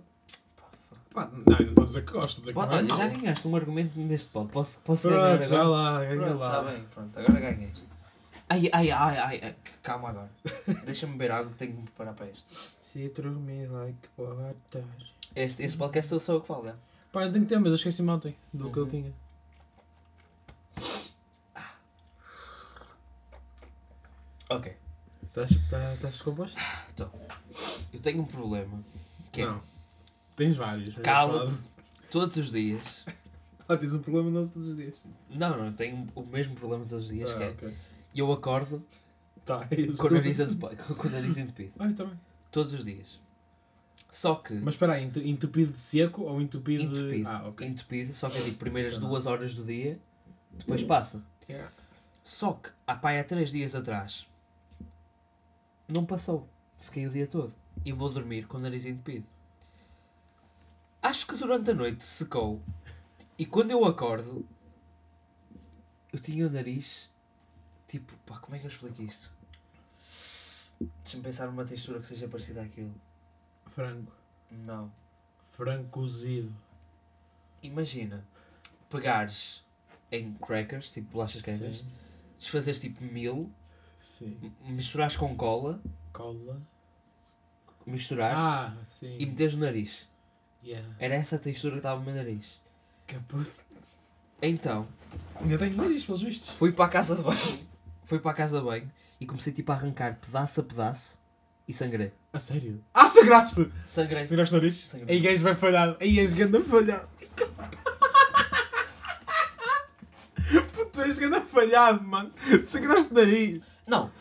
Speaker 2: Pá, não, eu não estou a dizer que gosto, estou a dizer que
Speaker 1: Bom,
Speaker 2: não é
Speaker 1: Olha,
Speaker 2: mau.
Speaker 1: já ganhaste um argumento neste pote. Posso, posso ganhar
Speaker 2: é Pronto, tá
Speaker 1: agora?
Speaker 2: já lá, ganha
Speaker 1: Pronto,
Speaker 2: lá.
Speaker 1: tá bem, pronto, agora ganhei. Ai, ai, ai, ai, ai, calma
Speaker 2: [laughs]
Speaker 1: agora. Deixa-me beber água que tenho que me preparar para este.
Speaker 3: Se dormir like water.
Speaker 1: Este, este podcast sou só eu que falo, é?
Speaker 3: Pá, eu tenho que ter, mas eu esqueci-me ontem do que eu
Speaker 1: Uhum.
Speaker 3: tinha.
Speaker 1: Ok.
Speaker 3: Estás, tá- estás composto?
Speaker 1: Eu tenho um problema. Que é,
Speaker 3: Não. Tens vários. mas
Speaker 1: cala-te todos os dias.
Speaker 3: Ah, tens um problema novo todos os dias.
Speaker 1: Não, não, eu tenho o mesmo problema todos os dias, que é,
Speaker 3: ok.
Speaker 1: eu acordo
Speaker 3: Ah. Tá, é isso.
Speaker 1: com o nariz entupido. Com o nariz entupido.
Speaker 3: Ah, eu também.
Speaker 1: Todos os dias. Só que...
Speaker 3: Mas espera aí, ent- entupido de seco ou entupido, de...
Speaker 1: entupido,
Speaker 3: Ah, ok.
Speaker 1: entupido, só que é tipo primeiras
Speaker 3: Tá.
Speaker 1: duas horas do dia, depois passa.
Speaker 3: Yeah.
Speaker 1: Só que ah, pá, há três dias atrás não passou. Fiquei o dia todo. E vou dormir com o nariz entupido. Acho que durante a noite secou. E quando eu acordo, eu tinha o nariz. Tipo, pá, como é que eu explico isto? Deixa-me pensar numa textura que seja parecida àquilo.
Speaker 3: Frango.
Speaker 1: Não.
Speaker 3: Frango cozido.
Speaker 1: Imagina pegares em crackers, tipo bolachas crackers,
Speaker 3: Sim.
Speaker 1: desfazeres tipo mil,
Speaker 3: Sim.
Speaker 1: m- misturares com cola,
Speaker 3: Cola.
Speaker 1: misturares
Speaker 3: Ah, sim.
Speaker 1: e meteres no nariz.
Speaker 3: Yeah.
Speaker 1: Era essa a textura que estava no meu nariz.
Speaker 3: Caputo.
Speaker 1: Então,
Speaker 3: Ainda tens nariz, pelos vistos.
Speaker 1: fui para a casa de banho, [laughs] fui para a casa de banho e comecei tipo a arrancar pedaço a pedaço e sangrei.
Speaker 3: A sério? Ah, sagraste!
Speaker 1: Sangrei.
Speaker 3: Sagraste o nariz?
Speaker 1: Sangrei.
Speaker 3: Aí gajo vai falhar. Aí és ganda falhado. Puto, tu és ganda falhado, mano. Sagraste o nariz.
Speaker 1: Não,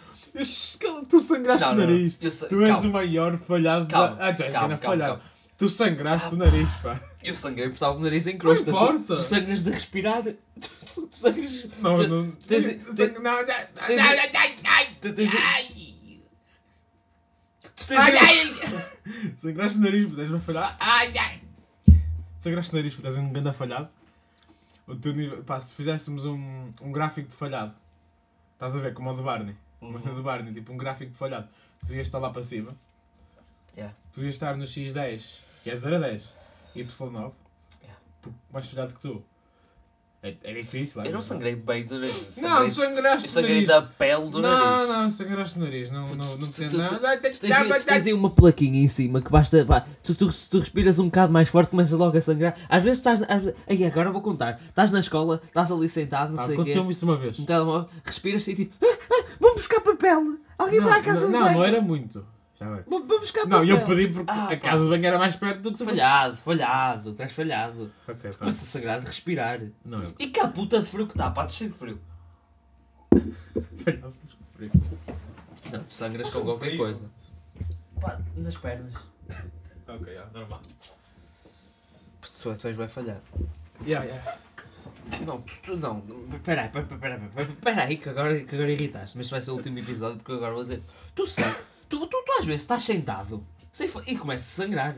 Speaker 3: Tu sangraste
Speaker 1: não,
Speaker 3: o
Speaker 1: não, não.
Speaker 3: nariz.
Speaker 1: Eu, sa-
Speaker 3: Tu és
Speaker 1: calma,
Speaker 3: o maior falhado
Speaker 1: Calma,
Speaker 3: da... Ah, tu és
Speaker 1: calma,
Speaker 3: ganda
Speaker 1: calma,
Speaker 3: falhado. Tu sangraste
Speaker 1: Ah,
Speaker 3: o nariz, pá.
Speaker 1: eu sangrei porque estava o nariz em crosta.
Speaker 3: Não
Speaker 1: Tu-
Speaker 3: importa.
Speaker 1: Tu, sangras de respirar. [laughs] Tu, tu sangras.
Speaker 3: Não,
Speaker 1: Tu-
Speaker 3: não...
Speaker 1: tens-
Speaker 3: Sang- Não, não,
Speaker 1: tens- Tu tens. Tu tens-
Speaker 3: [laughs] Sangraste o nariz, puto, és uma falhada. Sangraste o nariz, puto, és um ganda falhado. O teu nível... Pá, se fizéssemos um, um gráfico de falhado, estás a ver, como o do Barney,
Speaker 1: Uhum.
Speaker 3: uma cena do Barney, tipo um gráfico de falhado, tu ias estar lá para cima,
Speaker 1: Yeah.
Speaker 3: tu ias estar no X10, que é 0 a 10, e Y9,
Speaker 1: Yeah.
Speaker 3: porque mais falhado que tu. É, é difícil, é?
Speaker 1: Eu não sangrei bem do nariz.
Speaker 3: Não,
Speaker 1: Sangrei,
Speaker 3: sangraste
Speaker 1: eu
Speaker 3: o
Speaker 1: sangrei
Speaker 3: nariz.
Speaker 1: da pele do
Speaker 3: Não,
Speaker 1: nariz.
Speaker 3: não, sangraste o nariz, não, não, não
Speaker 1: Tu-
Speaker 3: tens
Speaker 1: tu-
Speaker 3: nada.
Speaker 1: Tu tens, aí, tu tens aí uma plaquinha em cima que basta. pá, tu, tu- se tu respiras um bocado mais forte, começas logo a sangrar. Às vezes estás. Às, ve- aí agora vou contar. Estás na escola, estás ali sentado, não
Speaker 3: Ah,
Speaker 1: sei o quê.
Speaker 3: Aconteceu-me isso uma vez.
Speaker 1: No telemóvel, respiras e tipo. "Ah, ah, vamos buscar papel! Alguém
Speaker 3: não,
Speaker 1: vai à casa
Speaker 3: não,
Speaker 1: de
Speaker 3: não,
Speaker 1: banho!
Speaker 3: não era muito. Já agora.
Speaker 1: Vamos vamos buscar
Speaker 3: Não,
Speaker 1: papel!
Speaker 3: eu pedi porque
Speaker 1: Ah,
Speaker 3: a
Speaker 1: pá.
Speaker 3: casa de banho era mais perto do que se fosse.
Speaker 1: Falhado, falhado, estás falhado.
Speaker 3: Ok, pá.
Speaker 1: Começa a sangrar de respirar.
Speaker 3: Não, é eu
Speaker 1: E que a puta de frio que está, pá, estou cheio de frio.
Speaker 3: falhava. frio.
Speaker 1: Não, tu sangras
Speaker 3: com qualquer coisa.
Speaker 1: Pá, nas pernas.
Speaker 3: Ok, yeah, normal.
Speaker 1: Tu, tu és bem falhado.
Speaker 3: Yeah, yeah.
Speaker 1: Não, tu, tu não. Peraí, peraí, peraí, peraí, peraí, que agora, que agora irritaste. Mas este vai ser o último episódio porque eu agora vou dizer. Tu sei, tu, tu, tu às vezes estás sentado sem fa- e começa a sangrar.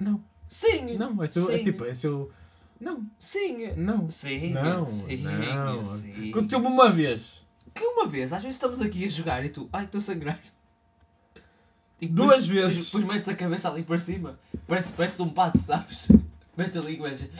Speaker 3: Não,
Speaker 1: Sim,
Speaker 3: não, é seu, é
Speaker 1: sim,
Speaker 3: tipo, é seu. Não,
Speaker 1: sim,
Speaker 3: não.
Speaker 1: sim,
Speaker 3: Não,
Speaker 1: sim,
Speaker 3: não.
Speaker 1: sim.
Speaker 3: Aconteceu-me uma vez.
Speaker 1: Que uma vez, às vezes estamos aqui a jogar e tu, ai, estou a sangrar. E
Speaker 3: Duas
Speaker 1: depois-
Speaker 3: vezes.
Speaker 1: Depois metes a cabeça ali para cima. Parece, parece um pato, sabes? [laughs] Metes ali e começas.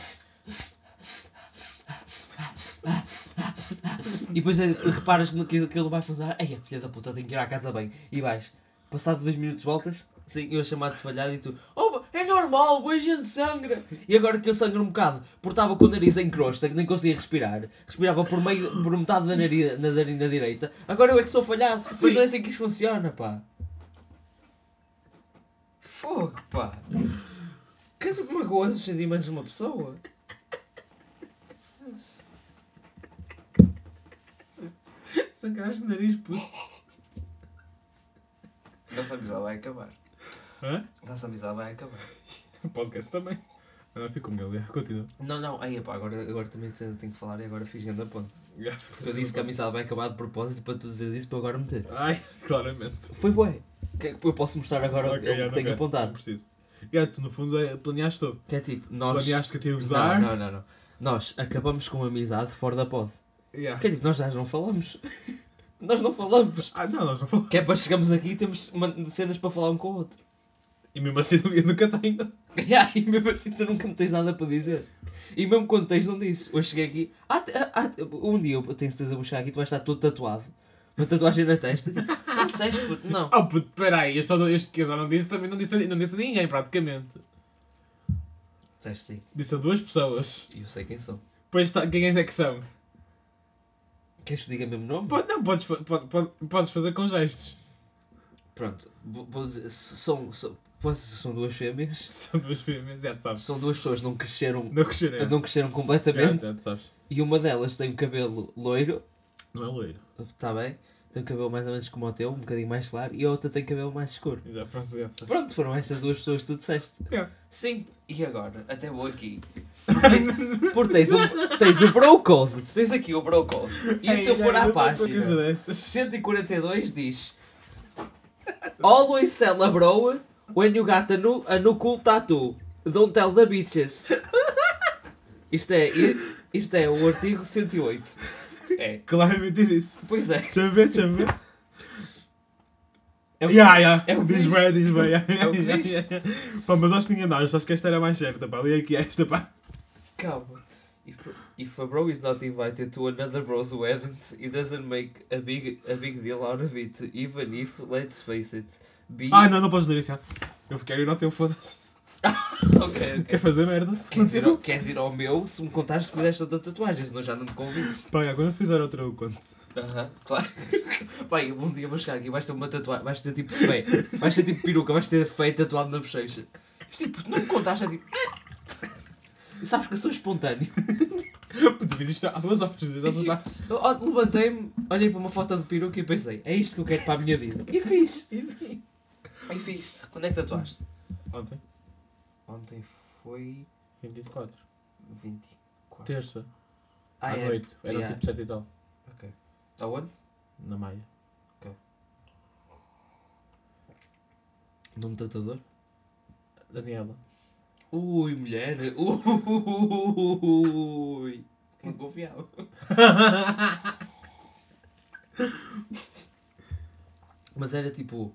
Speaker 1: E depois é- reparas no que aquilo vai fazer. Ei, a filha da puta, tenho que ir à casa bem. E vais. Passado dois minutos voltas, assim, eu a chamar-te falhado e tu, oh, é normal, boa gente sangra. E agora que eu sangro um bocado, porque estava com o nariz em crosta, que nem conseguia respirar, respirava por meio, por metade da narina, na narina direita, agora eu é que sou falhado,
Speaker 3: Sim.
Speaker 1: mas não é assim que isto funciona, pá. Fogo, pá. Queres que magoas sentir mais uma pessoa?
Speaker 3: Sangraste o nariz, puto.
Speaker 1: Nossa amizade vai acabar.
Speaker 3: Hã?
Speaker 1: Nossa amizade vai acabar.
Speaker 3: O [laughs] podcast também. Ah, Não, fico com ele, yeah, continua.
Speaker 1: Não, não, aí pá, agora, agora também tenho tenho que falar e agora fiz grande a ponte.
Speaker 3: Yeah,
Speaker 1: Eu disse que a amizade vai acabar de propósito para tu dizer isso para eu agora meter.
Speaker 3: Ai, claramente.
Speaker 1: Foi bué. Que- Eu posso mostrar agora o-
Speaker 3: Ok,
Speaker 1: o
Speaker 3: yeah,
Speaker 1: que
Speaker 3: não
Speaker 1: tenho
Speaker 3: quero, Não
Speaker 1: apontado.
Speaker 3: preciso. Yeah, tu no fundo é, planeaste tudo.
Speaker 1: Que é tipo, nós.
Speaker 3: Planeaste que eu te ia
Speaker 1: Não,
Speaker 3: usar.
Speaker 1: não, não, não. Nós acabamos com a amizade fora da pod.
Speaker 3: Yeah.
Speaker 1: Que é tipo, nós já não falamos. [laughs] nós não falamos.
Speaker 3: Ah, não, nós não falamos.
Speaker 1: Que é para chegarmos aqui e temos uma- cenas para falar um com o outro. [laughs]
Speaker 3: E mesmo assim [laughs] eu nunca tenho.
Speaker 1: E aí, mesmo assim, tu nunca me tens nada para dizer. E mesmo quando tens, não dizes. Hoje cheguei aqui. ah, te- ah, ah, um dia eu tenho certeza que vou chegar aqui, tu vais estar todo tatuado. Uma tatuagem na testa. [laughs] Tipo, Não disseste, puto, não.
Speaker 3: Oh puto, peraí, eu só, não- eu, eu só não disse também, não disse, a- não disse a ninguém praticamente.
Speaker 1: Disseste sim.
Speaker 3: Disse a duas pessoas.
Speaker 1: E eu sei quem sou.
Speaker 3: Pois tá, quem é que são?
Speaker 1: Queres que diga o mesmo nome?
Speaker 3: Pode, não, podes, fa- pode, pode, podes fazer com gestos. [laughs]
Speaker 1: Pronto, vou vou dizer, s- são, são, posso dizer, são duas fêmeas.
Speaker 3: São duas fêmeas, já te sabes.
Speaker 1: São duas pessoas que não cresceram,
Speaker 3: Não crescerei.
Speaker 1: não cresceram
Speaker 3: Já,
Speaker 1: completamente.
Speaker 3: já te sabes.
Speaker 1: E uma delas tem o cabelo loiro,
Speaker 3: Não é loiro.
Speaker 1: está bem? Tem o cabelo mais ou menos como o teu, um bocadinho mais claro. E a outra tem cabelo mais escuro.
Speaker 3: Já, pronto, já te sabes.
Speaker 1: Pronto, foram essas duas pessoas que tu disseste.
Speaker 3: É.
Speaker 1: Sim, e agora? Até vou
Speaker 3: [laughs]
Speaker 1: aqui. Porque tens, um, tens o Bro Code. Tu Tens aqui o Bro Code. E se eu for à
Speaker 3: né?
Speaker 1: página 142 diz Always sell a bro when you got a nu, a nu cool tattoo. Don't tell the bitches. Isto é, isto é o artigo 108. É.
Speaker 3: Claramente diz isso.
Speaker 1: Pois é.
Speaker 3: Deixa eu ver, deixa eu ver.
Speaker 1: É o que-
Speaker 3: Ya, ya.
Speaker 1: é o que
Speaker 3: Diz
Speaker 1: diz.
Speaker 3: bem, diz bem. [laughs] ya, ya,
Speaker 1: É o que
Speaker 3: ya,
Speaker 1: diz.
Speaker 3: ya. Pá, mas acho que ninguém dá, acho que esta era mais certa, pá. Li aqui é esta, pá.
Speaker 1: Calma. If, if a bro is not invited to another bro's wedding, it doesn't make a big, a big deal out of it, even if, let's face it, be...
Speaker 3: Ah, não, não podes ler isso, já. Eu quero ir ao teu, foda-se.
Speaker 1: Ok, ok.
Speaker 3: Quer fazer merda?
Speaker 1: Queres ir, ao, queres ir ao meu se me contares que fizeste outra tatuagem, senão já não te convido.
Speaker 3: Pá, já, quando eu fizer outra, eu conto.
Speaker 1: Aham, claro. [laughs] Pai, um dia vou chegar aqui e vais ter uma tatuagem, vais ter tipo feio, vais ter tipo peruca, vais ter feio tatuado na bochecha. E, Tipo, não me contaste, é tipo. E sabes que eu sou [laughs] espontâneo.
Speaker 3: Puto, fiz isto há duas horas, diz há duas horas.
Speaker 1: Eu, ó, Levantei-me, olhei para uma foto de peruca e pensei, é isto que eu quero para a minha vida. E fiz. E fiz. Quando é que tatuaste?
Speaker 3: Ontem,
Speaker 1: Ontem foi
Speaker 3: 24.
Speaker 1: 24.
Speaker 3: Terça,
Speaker 1: Ah,
Speaker 3: à
Speaker 1: é. Tá
Speaker 3: noite. Era
Speaker 1: Yeah.
Speaker 3: tipo 7 e tal,
Speaker 1: Aonde?
Speaker 3: na maia.
Speaker 1: Nome de tatuador?
Speaker 3: Daniela.
Speaker 1: Ui, mulher. Ui. Não confiava. Mas era tipo.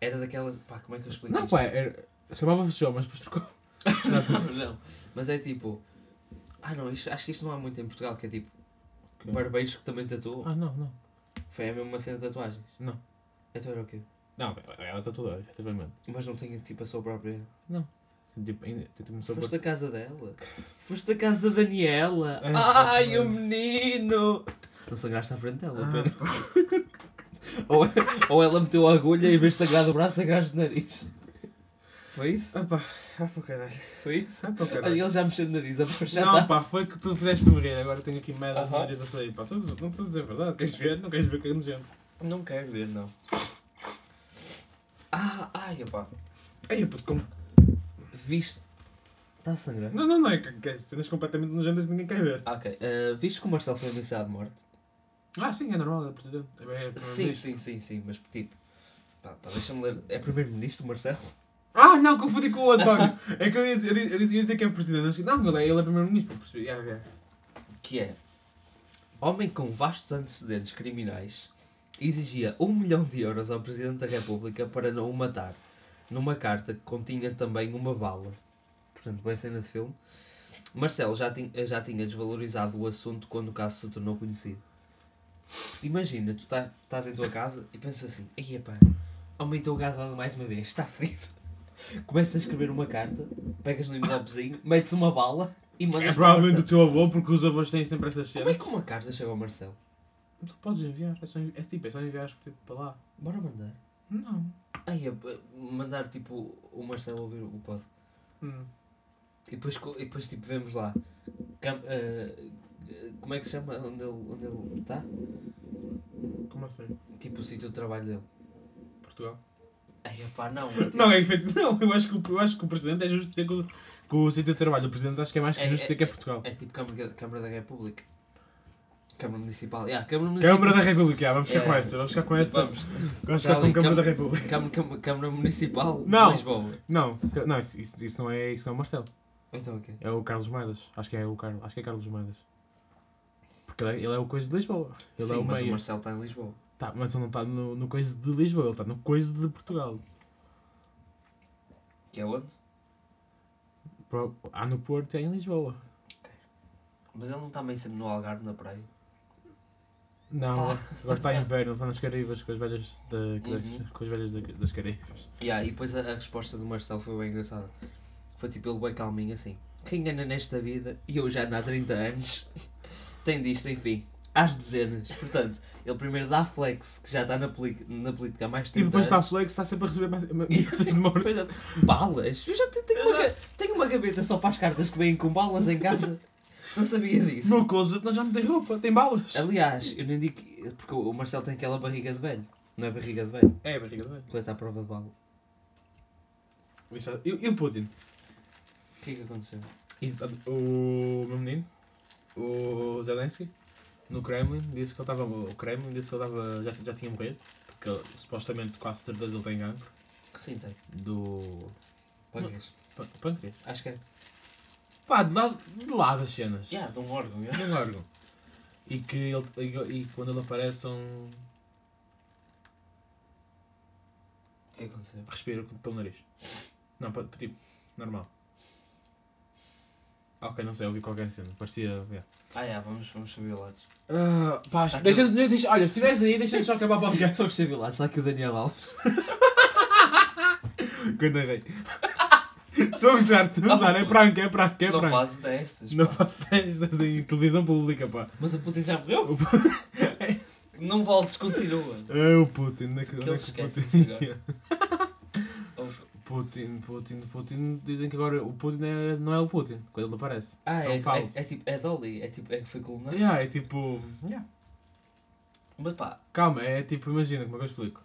Speaker 1: Era daquelas. Pá, como é que eu explico
Speaker 3: Não,
Speaker 1: isto?
Speaker 3: pá, era... chamava-se show, mas depois trocou.
Speaker 1: [laughs] não, não. Mas é tipo. Ah, não, isto- acho que isto não há muito em Portugal, que é tipo. Barbeiros que também tatuam.
Speaker 3: Ah, não, não.
Speaker 1: Foi a mesma cena de tatuagens.
Speaker 3: Não.
Speaker 1: Então era o quê?
Speaker 3: Não,
Speaker 1: é,
Speaker 3: ela está toda, efetivamente.
Speaker 1: Mas não tinha tipo a sua própria.
Speaker 3: Tipo, ainda tipo, sou
Speaker 1: Foste da casa dela. Foste da casa da Daniela.
Speaker 3: É,
Speaker 1: Ai, o
Speaker 3: mas-
Speaker 1: menino! Não sangraste à frente
Speaker 3: Ah,
Speaker 1: dela, pera. [laughs] Ou, ou ela meteu a agulha e em vez de sangrar do braço, sangraste o nariz. Foi isso?
Speaker 3: Ah, pá, ah, pá, caralho.
Speaker 1: Foi isso?
Speaker 3: Ah, pá,
Speaker 1: Olha,
Speaker 3: caralho.
Speaker 1: ele já tá- mexeu no nariz, a puxar
Speaker 3: Não, pá, foi que tu fizeste morrer, agora tenho aqui merda de
Speaker 1: Aham.
Speaker 3: nariz a sair, pá. Tu- Não estou a dizer a verdade, queres ver? Não queres ver que é nojento?
Speaker 1: Não quero ver, não. Ah, ai, opá.
Speaker 3: Ai, puto, como...
Speaker 1: Viste. Está a sangrar?
Speaker 3: Não, não, não, é que que é cenas completamente nojentas que ninguém quer ver.
Speaker 1: Ah, Ok, ah, viste que o Marcelo foi ameaçado de morte?
Speaker 3: Ah, sim, é normal, é português. É, é, é,
Speaker 1: Sim, sim, sim, sim, mas tipo. Pá, pá, deixa-me ler. É primeiro-ministro, Marcelo?
Speaker 3: Ah, não, confundi com o António. é que eu ia dizer, eu ia- eu ia dizer que é presidente. Não, não, ele é primeiro-ministro, percebi. Ah, é.
Speaker 1: que é homem com vastos antecedentes criminais exigia um milhão de euros ao Presidente da República para não o matar, numa carta que continha também uma bala. Portanto, boa cena de filme. Marcelo já, tin- já tinha desvalorizado o assunto quando o caso se tornou conhecido. Imagina, tu tá- estás em tua casa e pensas assim, ei pá, aumentou o gás óleo mais uma vez, está fedido. [laughs] Começas a escrever uma carta, pegas no envelopezinho, metes uma bala e mandas
Speaker 3: É
Speaker 1: para o
Speaker 3: provavelmente
Speaker 1: Marcelo.
Speaker 3: o teu avô, porque os avós têm sempre estas
Speaker 1: Como é
Speaker 3: cenas.
Speaker 1: que uma carta chega ao Marcelo?
Speaker 3: Tu podes enviar, é só enviar, é, tipo, é só enviar tipo, para lá.
Speaker 1: Bora mandar.
Speaker 3: Não.
Speaker 1: Ai, é, é, mandar tipo o Marcelo ouvir o pod.
Speaker 3: Hum.
Speaker 1: E depois, co- e depois tipo vemos lá. Cam- eh, eh, como é que se chama onde ele, onde ele está?
Speaker 3: Como assim?
Speaker 1: Tipo o sítio de trabalho dele.
Speaker 3: Portugal?
Speaker 1: Ai, pá, não.
Speaker 3: Não, é efeito. [laughs] Não, eu acho, que, o- eu acho que o presidente é justo dizer que o, que o sítio de trabalho. O presidente acho que é mais que
Speaker 1: É-
Speaker 3: justo
Speaker 1: é-
Speaker 3: dizer que é Portugal.
Speaker 1: É tipo Câmara, Câmara da República. Câmara Municipal. Yeah, Câmara Municipal.
Speaker 3: Câmara da República, ah, vamos ficar
Speaker 1: É.
Speaker 3: com essa, vamos ficar com essa.
Speaker 1: Vamos.
Speaker 3: Vamos
Speaker 1: Tá
Speaker 3: ficar com
Speaker 1: ali,
Speaker 3: Câmara
Speaker 1: Câmara-
Speaker 3: da República.
Speaker 1: Câmara, Câmara, Câmara Municipal
Speaker 3: Não.
Speaker 1: de Lisboa.
Speaker 3: Não, ca- não isso, isso, isso não é isso não é o Marcelo.
Speaker 1: Então o quê?
Speaker 3: É o Carlos Moedas. Acho que é o Carlos. Acho que é Carlos Moedas. Porque ele é, ele é o coisa de Lisboa. Ele
Speaker 1: Sim,
Speaker 3: é o
Speaker 1: mas o
Speaker 3: meio. Mas,
Speaker 1: Marcelo está em Lisboa.
Speaker 3: tá, mas ele não está no, no coisa de Lisboa, ele está no coisa de Portugal.
Speaker 1: Que é onde?
Speaker 3: Pro- Há no Porto e há em Lisboa.
Speaker 1: tá Mas ele não está meio sempre no Algarve, na praia.
Speaker 3: Não,
Speaker 4: Tá.
Speaker 3: agora está inverno, está nas Caraíbas com as velhas, da,
Speaker 1: Uhum.
Speaker 3: com as velhas da- das Caraíbas.
Speaker 1: Yeah, e depois a, a resposta do Marcelo foi bem engraçada. Foi tipo ele bem calminho assim. Quem anda nesta vida, e eu já ando há 30 anos, [laughs] tem disto, enfim, às dezenas. Portanto, ele primeiro dá flex, que já está na, poli- na política há mais de
Speaker 3: E
Speaker 1: 30
Speaker 3: depois está
Speaker 1: anos.
Speaker 3: Flex, está sempre a receber [laughs] mais-
Speaker 1: E
Speaker 3: mensagens de morte.
Speaker 1: depois dá- Balas? Eu já te- tenho uma, ga- tenho uma gaveta só para as cartas que vêm com balas em casa. Não sabia disso.
Speaker 3: No closet nós já não tem roupa, tem balas.
Speaker 1: Aliás, eu nem digo que. Porque o Marcelo tem aquela barriga de velho. Não é barriga de velho,
Speaker 3: É, barriga bem.
Speaker 1: coleta à prova de bala.
Speaker 3: E, é- e o Putin?
Speaker 1: O que é que aconteceu?
Speaker 3: O meu menino, o Zelensky, no Kremlin, disse que ele estava. O Kremlin disse que ele estava. Já, já tinha morrido. Porque ele, supostamente quase certeza ele tem cancro.
Speaker 1: Sim, tem.
Speaker 3: Do.
Speaker 1: Pâncreas.
Speaker 3: pân- Pâncreas.
Speaker 1: Acho que é.
Speaker 3: Pá, de lado, de lado as cenas.
Speaker 1: Yeah, de um órgão. yeah.
Speaker 3: De um órgão. E que ele. E, e quando ele aparece, são.
Speaker 1: O que é que aconteceu?
Speaker 3: Respira pelo nariz. Não, pa- tipo, normal. Ah, Ok, não sei, ouvi qualquer cena. Parecia. yeah.
Speaker 1: Ah, é, vamos, vamos ser violados.
Speaker 3: Ah, pá,
Speaker 1: Tá aqui.
Speaker 3: deixa-nos. deixa- olha, se estiveres aí, deixa-nos só acabar o podcast.
Speaker 1: Vamos ser violados, só que o Daniel Alves.
Speaker 3: [laughs] Quando errei. Estou a gozar, estou a gozar. É prank, é prank, é
Speaker 1: não
Speaker 3: prank.
Speaker 1: faz destas.
Speaker 3: Não
Speaker 1: pá.
Speaker 3: faço estas em televisão pública, pá.
Speaker 1: Mas o Putin já [laughs] morreu? não voltes, continua.
Speaker 3: É o Putin, onde é que,
Speaker 1: Que
Speaker 3: onde é
Speaker 1: eles
Speaker 3: que o
Speaker 1: esquecem
Speaker 3: Putin
Speaker 1: agora.
Speaker 3: Putin, Putin, Putin. Dizem que agora o Putin é- não é o Putin, quando ele aparece.
Speaker 1: [laughs] Ah,
Speaker 3: São
Speaker 1: é,
Speaker 3: falsos.
Speaker 1: é, é tipo, é Dolly, é tipo, é que foi colonizado.
Speaker 3: Yeah, é tipo. yeah.
Speaker 1: Mas pá,
Speaker 3: Calma, é tipo, imagina, como é que eu explico?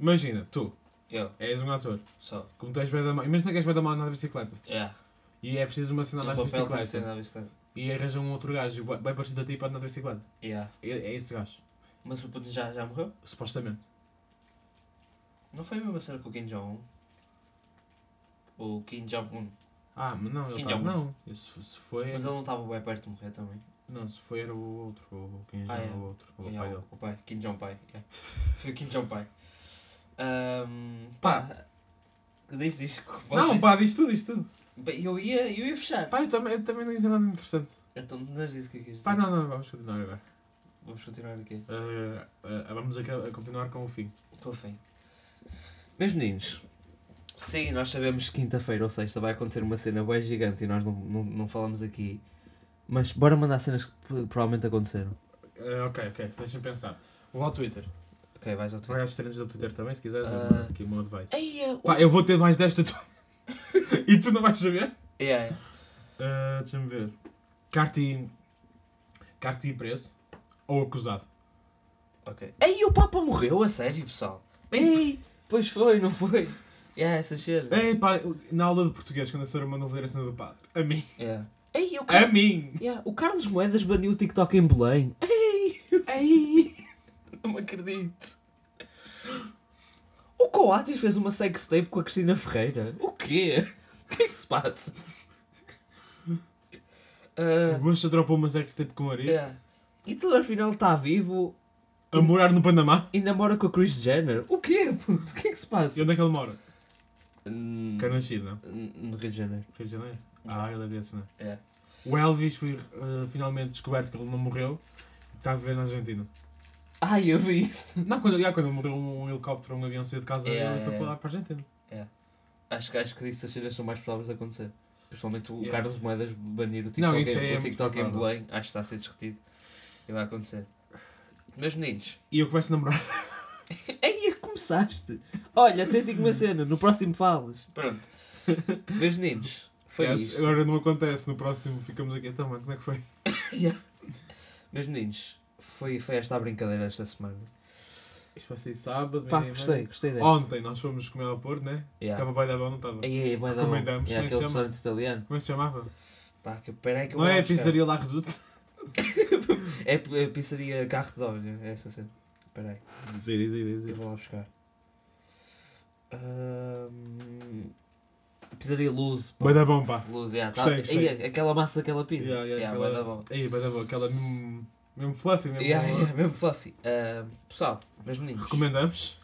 Speaker 3: Imagina, tu
Speaker 1: eu,
Speaker 3: és um ator,
Speaker 1: só,
Speaker 3: como tu és bem da mão, imagina que és bem da mão na bicicleta
Speaker 1: yeah.
Speaker 3: e é preciso uma
Speaker 1: O
Speaker 3: cena mais
Speaker 1: papel tem que ser
Speaker 3: bicicleta
Speaker 1: na bicicleta.
Speaker 3: e arranja um outro gajo bem bem parecido a ti para andar de bicicleta.
Speaker 1: Yeah.
Speaker 3: É, é esse gajo,
Speaker 1: Mas o Putin já, já morreu?
Speaker 3: supostamente.
Speaker 1: Não foi a mesma cena com o Kim Jong-un? O Kim Jong-un.
Speaker 3: Ah, mas não, ele
Speaker 1: Kim
Speaker 3: estava.
Speaker 1: Jong-un.
Speaker 3: Não, isso, se foi.
Speaker 1: Mas ele não estava bem perto de morrer também.
Speaker 3: Não, se foi era o outro, o Kim Jong,
Speaker 1: Ah, é.
Speaker 3: o outro, o
Speaker 1: Yeah,
Speaker 3: pai dele.
Speaker 1: o pai, Kim Jong Pai. yeah. [laughs] Foi o Kim Jong Pai. Ahm, pá, diz, diz.
Speaker 3: Não, pá, diz tudo, diz tudo.
Speaker 1: Bem, Eu ia, eu ia fechar.
Speaker 3: Pá, eu também, eu também não disse nada interessante.
Speaker 1: Então, mas diz o que é que isto
Speaker 3: Pá, não, não, vamos continuar agora.
Speaker 1: Vamos continuar aqui.
Speaker 3: Ah, ah, vamos a, a continuar com o fim.
Speaker 1: Estou afim. Meus meninos, sim, nós sabemos que quinta-feira ou sexta vai acontecer uma cena bem gigante e nós não, não, não falamos aqui. Mas bora mandar cenas que p- provavelmente aconteceram.
Speaker 3: Ah, ok, ok, deixa-me pensar. Vou ao Twitter.
Speaker 1: Ok, vais ao
Speaker 3: Vai
Speaker 1: Twitter.
Speaker 3: aos treinos do Twitter também, se quiseres, eu
Speaker 1: Ah.
Speaker 3: mando aqui o meu advice.
Speaker 1: Ei, é,
Speaker 3: Pá, eu vou ter mais desta tu... [laughs] e tu não vais saber?
Speaker 1: é,
Speaker 3: Ah, deixa-me ver. Carti. Carti preso ou acusado?
Speaker 1: ok. Ei, o Papa morreu, a sério, pessoal. Ei, pois foi, não foi? É, essa cheira.
Speaker 3: Ei, pá, na aula de português, quando a senhora mandou ler a cena do padre, a mim.
Speaker 1: É. Ei, o,
Speaker 3: A
Speaker 1: Car...
Speaker 3: mim!
Speaker 1: yeah, o Carlos Moedas baniu o TikTok em Belém. Ei,
Speaker 3: Ei!
Speaker 1: [laughs] não me acredito. O Coates fez uma sextape com a Cristina Ferreira. O quê? O que é que se passa?
Speaker 3: O
Speaker 1: Ah,
Speaker 3: Gusta dropou uma sextape tipo com o marido,
Speaker 1: yeah. Hitler afinal está vivo
Speaker 3: a morar no Panamá.
Speaker 1: e namora com a Kris Jenner. O quê, puto? O que é que se
Speaker 3: E
Speaker 1: passa?
Speaker 3: onde é que ele mora?
Speaker 1: Hum,
Speaker 3: Cá na China.
Speaker 1: No Rio de Janeiro.
Speaker 3: Rio de Janeiro. Ah, ele é desse, né?
Speaker 1: É.
Speaker 3: O Elvis foi eh, finalmente descoberto que ele não morreu. Está a viver na Argentina.
Speaker 1: Ai, eu vi isso.
Speaker 3: Não, quando, já, quando morreu um helicóptero, um avião saiu de casa,
Speaker 1: Yeah,
Speaker 3: ele foi
Speaker 1: yeah,
Speaker 3: para lá para a Argentina.
Speaker 1: Acho que, acho que essas cenas são mais prováveis de acontecer. Principalmente o
Speaker 3: Yeah.
Speaker 1: Carlos Moedas banir o TikTok,
Speaker 3: Não, isso
Speaker 1: em,
Speaker 3: é
Speaker 1: o TikTok em
Speaker 3: muito
Speaker 1: Belém. Acho que está a ser discutido. E vai acontecer. Meus meninos.
Speaker 3: E eu começo a namorar.
Speaker 1: Aí é começaste. Olha, até digo uma cena. No próximo falas. Pronto. Meus meninos. Foi
Speaker 3: Yes,
Speaker 1: isto.
Speaker 3: Agora não acontece, no próximo ficamos aqui. Então, mano, como é que foi?
Speaker 1: Meus meninos. Foi, foi esta a brincadeira esta semana.
Speaker 3: Isto vai sair sábado,
Speaker 1: Pá,
Speaker 3: meia-noite.
Speaker 1: gostei. Gostei desta.
Speaker 3: Ontem nós fomos comer ao Porto, né?
Speaker 1: Yeah.
Speaker 3: Estava bem da bom, não estava?
Speaker 1: Aí, aí, vai dar bom.
Speaker 3: Recomendamos,
Speaker 1: Yeah,
Speaker 3: como é
Speaker 1: aquele
Speaker 3: que se chama?
Speaker 1: restaurante italiano.
Speaker 3: Como é que se chamava?
Speaker 1: Pá, que, peraí que eu
Speaker 3: Não
Speaker 1: vou
Speaker 3: é a
Speaker 1: buscar.
Speaker 3: pizzaria lá Reduto?
Speaker 1: É p- a pizzaria Carro de Óleo. É essa cena. Peraí.
Speaker 3: Diz aí, diz aí, diz aí.
Speaker 1: Eu vou lá buscar. Ahm, pizzaria Luz. pá.
Speaker 3: Vai dar bom, pá.
Speaker 1: Luz, yeah, tá-
Speaker 3: Gostei, gostei.
Speaker 1: Ei, aquela massa daquela pizza.
Speaker 3: Yeah, yeah,
Speaker 1: Yeah,
Speaker 3: aquela-
Speaker 1: bué da bom.
Speaker 3: Aí, vai dar bom. Aquela mesmo, mesmo fluffy, mesmo.
Speaker 1: Yeah, yeah, mesmo fluffy. Ahm, pessoal, meus meninos.
Speaker 3: Recomendamos.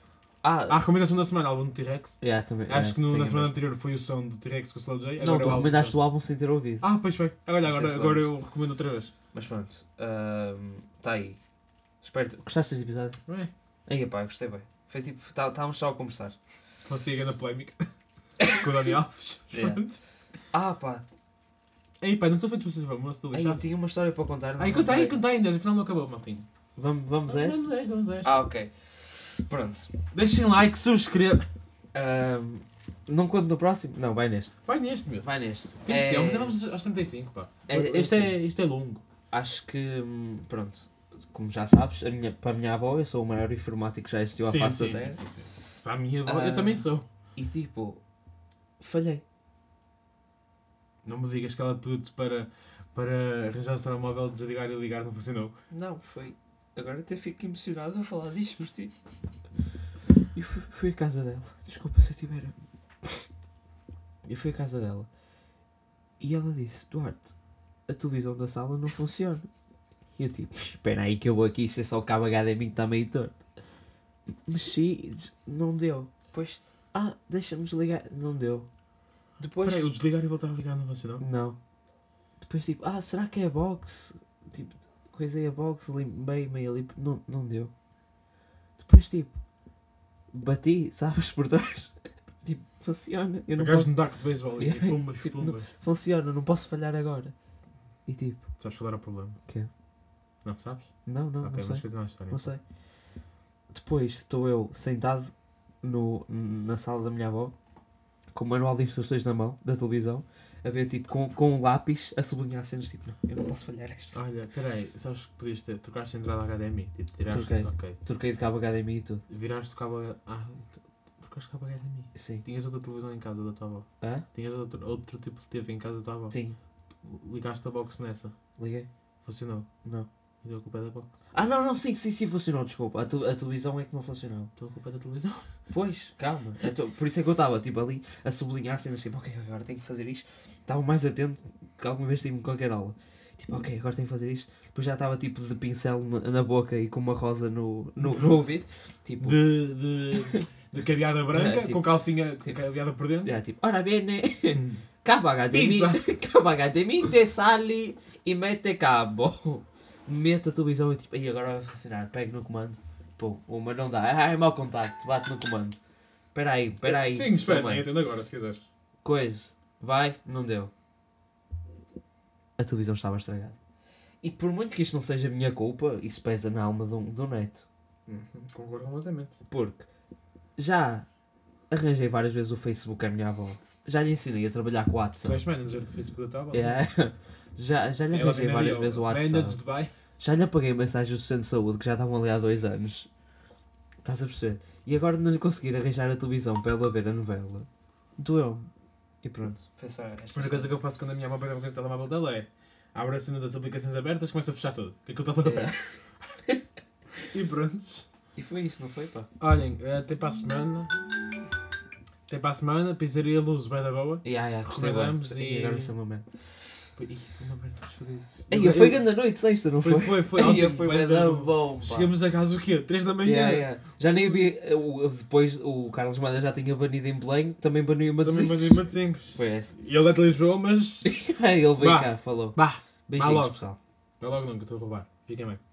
Speaker 1: Ah,
Speaker 3: A recomendação da semana, álbum do T-Rex.
Speaker 1: yeah, também,
Speaker 3: Acho
Speaker 1: yeah,
Speaker 3: que no-
Speaker 1: É, tenho
Speaker 3: na semana
Speaker 1: mesmo.
Speaker 3: anterior foi o som do T-Rex com o Slow J.
Speaker 1: Não,
Speaker 3: agora
Speaker 1: tu
Speaker 3: o álbum
Speaker 1: recomendaste
Speaker 3: todo.
Speaker 1: o álbum sem ter ouvido. é
Speaker 3: Ah, pois foi.
Speaker 1: Não
Speaker 3: Olha,
Speaker 1: sei
Speaker 3: agora,
Speaker 1: se
Speaker 3: agora
Speaker 1: lembras.
Speaker 3: eu recomendo outra vez.
Speaker 1: Mas pronto, está tá aí. Espero. que- Gostaste deste episódio?
Speaker 3: Ué,
Speaker 1: Aí, pá, gostei bem. Foi tipo, tá- estávamos só a conversar.
Speaker 3: não sei a grande
Speaker 1: [laughs]
Speaker 3: polémica. Com o Dani Alves.
Speaker 1: Yeah.
Speaker 3: Pronto.
Speaker 1: Ah, pá,
Speaker 3: Ei, pai, não sou feito para vocês famosos, estou
Speaker 1: aí
Speaker 3: lixado.
Speaker 1: tinha uma história para contar. não
Speaker 3: Aí conta,
Speaker 1: contei.
Speaker 3: aí conta ainda, afinal não acabou, maltinho.
Speaker 1: Vamos, vamos a este?
Speaker 3: Vamos a este, vamos a este.
Speaker 1: Ah, ok. Pronto.
Speaker 3: Deixem like, subscrevam.
Speaker 1: Ahm, não conto no próximo? Não, vai neste.
Speaker 3: Vai neste, meu.
Speaker 1: Vai neste.
Speaker 3: Temos
Speaker 1: É-
Speaker 3: tempo, ainda vamos aos 35, pá.
Speaker 1: É, é
Speaker 3: isto,
Speaker 1: assim.
Speaker 3: é, isto é longo.
Speaker 1: Acho que, hum, pronto, como já sabes, a minha, para a minha avó eu sou o maior informático que já existiu à face da Terra.
Speaker 3: sim, sim. Para a minha avó,
Speaker 1: Ah.
Speaker 3: eu também sou.
Speaker 1: E tipo, falhei.
Speaker 3: Não me digas que ela pediu-te para, para arranjar o telemóvel, desligar e ligar, não funcionou.
Speaker 1: Não, foi. Agora até fico emocionado a falar disto por ti. E fui, fui à casa dela. Desculpa se eu tiver. Eu fui à casa dela. E ela disse: Duarte, a televisão da sala não funciona. E eu tipo: Espera aí que eu vou aqui, se é só o cabo HDMI que está meio torto. Mexi, des- não deu. Pois, ah, deixa-me desligar. Não deu. Depois.
Speaker 3: Espera aí, eu desligar e voltar a ligar não funcionou?
Speaker 1: Não. Depois tipo, ah, será que é box? Tipo, coisei a box, limpei meio ali, não, não deu. Depois tipo, bati, [laughs] sabes, por trás. tipo, funciona, eu não posso,
Speaker 3: Pegaste no taco de
Speaker 1: [laughs]
Speaker 3: beisebol e
Speaker 1: Yeah.
Speaker 3: plumas,
Speaker 1: Tipo,
Speaker 3: plumas.
Speaker 1: funciona, não posso falhar agora. E tipo,
Speaker 3: Sabes qual era o problema?
Speaker 1: Quê?
Speaker 3: Não, sabes?
Speaker 1: não, não,
Speaker 3: ok,
Speaker 1: não
Speaker 3: vamos
Speaker 1: sei,
Speaker 3: continuar a história. então.
Speaker 1: não sei. Depois estou eu sentado no, na sala da minha avó, com o manual de instruções na mão, da televisão, a ver tipo, com, com um lápis, a sublinhar cenas, tipo, não, eu não posso falhar esta.
Speaker 3: Olha, peraí, sabes que podias ter, trocaste a entrada HDMI, tipo, tiraste,
Speaker 1: Troquei.
Speaker 3: ok.
Speaker 1: Troquei de cabo HDMI e tudo.
Speaker 3: Viraste o cabo, H- ah, t- trocaste o cabo HDMI.
Speaker 1: Sim.
Speaker 3: Tinhas outra televisão em casa da tua avó.
Speaker 1: Hã?
Speaker 3: Tinhas outro, outro tipo de TV em casa da tua avó.
Speaker 1: Sim.
Speaker 3: Ligaste a box nessa,
Speaker 1: Liguei?
Speaker 3: funcionou.
Speaker 1: Não.
Speaker 3: E deu a culpa da box.
Speaker 1: Ah, não, não, sim, sim, sim, funcionou, desculpa. A, te- a televisão é que não funcionava.
Speaker 3: Deu a culpa da televisão.
Speaker 1: [laughs] Pois, calma. Eu tô- por isso é que eu estava, tipo, ali a sublinhar cenas, tipo, ok, agora tenho que fazer isto. Estava mais atento que alguma vez tive em qualquer aula. Tipo, ok, agora tenho que fazer isto. Depois já estava, tipo, de pincel na, na boca e com uma rosa no, no, no ouvido. Tipo,
Speaker 3: de, de, de
Speaker 1: [laughs]
Speaker 3: cabeada branca,
Speaker 1: É, tipo-
Speaker 3: com calcinha
Speaker 1: tipo-
Speaker 3: cabeada por dentro.
Speaker 1: já, tipo, ora bem, né? Cabo HDMI, [laughs] cabo HDMI, te sali e mete cabo. Meto a televisão e tipo, aí agora vai funcionar. Pego no comando. Pô, uma não dá. Ah, é mau contacto. Bate no comando. Espera aí, espera aí.
Speaker 3: É, Sim, espera,
Speaker 1: Toma.
Speaker 3: nem atendo agora, se quiseres.
Speaker 1: Coisa. Vai, não deu. A televisão estava estragada. E por muito que isto não seja minha culpa, isso pesa na alma do, do um neto.
Speaker 3: Uhum, Concordo completamente.
Speaker 1: Porque já arranjei várias vezes o Facebook à minha avó. Já lhe ensinei a trabalhar com o
Speaker 3: Tu
Speaker 1: WhatsApp.
Speaker 3: és manager do Facebook da tua avó.
Speaker 1: É. [laughs] Já, já lhe
Speaker 3: Ela
Speaker 1: arranjei
Speaker 3: tem
Speaker 1: várias
Speaker 3: ali,
Speaker 1: vezes o
Speaker 3: ó, Manage
Speaker 1: WhatsApp.
Speaker 3: Dubai.
Speaker 1: Já lhe apaguei mensagens do centro de saúde que já estavam ali há dois anos. Estás a perceber? E agora não lhe conseguir arranjar a televisão para ela ver a novela. Doeu-me. E pronto. Foi só
Speaker 3: A primeira coisa que eu faço quando a minha mãe pega uma coisa do telemóvel dela é abre a cena das aplicações abertas, começa a fechar tudo. Que aquilo está tudo aberto. [laughs] E pronto.
Speaker 1: É. E foi isto, não foi, pá?
Speaker 3: Olhem, eh, até para a semana. Até para a semana, pizzaria Luz, vai da boa.
Speaker 1: E ai, ai, gostei bem.
Speaker 3: Recomendamos
Speaker 1: E
Speaker 3: e-
Speaker 1: agora isso é uma merda.
Speaker 3: Ih, Isso foi uma merda, tu respondeste.
Speaker 1: Ei, foi grande a noite, sexta, não
Speaker 3: Foi,
Speaker 1: foi?
Speaker 3: foi, foi.
Speaker 1: Ei,
Speaker 3: ótimo,
Speaker 1: foi
Speaker 3: bué
Speaker 1: bem
Speaker 3: da boa.
Speaker 1: bom, pá.
Speaker 3: Chegamos a casa o quê? 3 da manhã?
Speaker 1: Yeah, yeah. Já nem vi. o- Depois o Carlos Manda já tinha banido em Belém, também baniu em
Speaker 3: Também
Speaker 1: Matosinhos.
Speaker 3: mandei
Speaker 1: [laughs]
Speaker 3: Matosinhos.
Speaker 1: Foi essa.
Speaker 3: E ele é de Lisboa,
Speaker 1: [laughs]
Speaker 3: mas.
Speaker 1: Ele veio
Speaker 3: Vá.
Speaker 1: cá, falou.
Speaker 3: Bah,
Speaker 1: Beijinhos,
Speaker 3: logo.
Speaker 1: pessoal.
Speaker 3: vai logo não, que eu estou a roubar. Fiquem bem.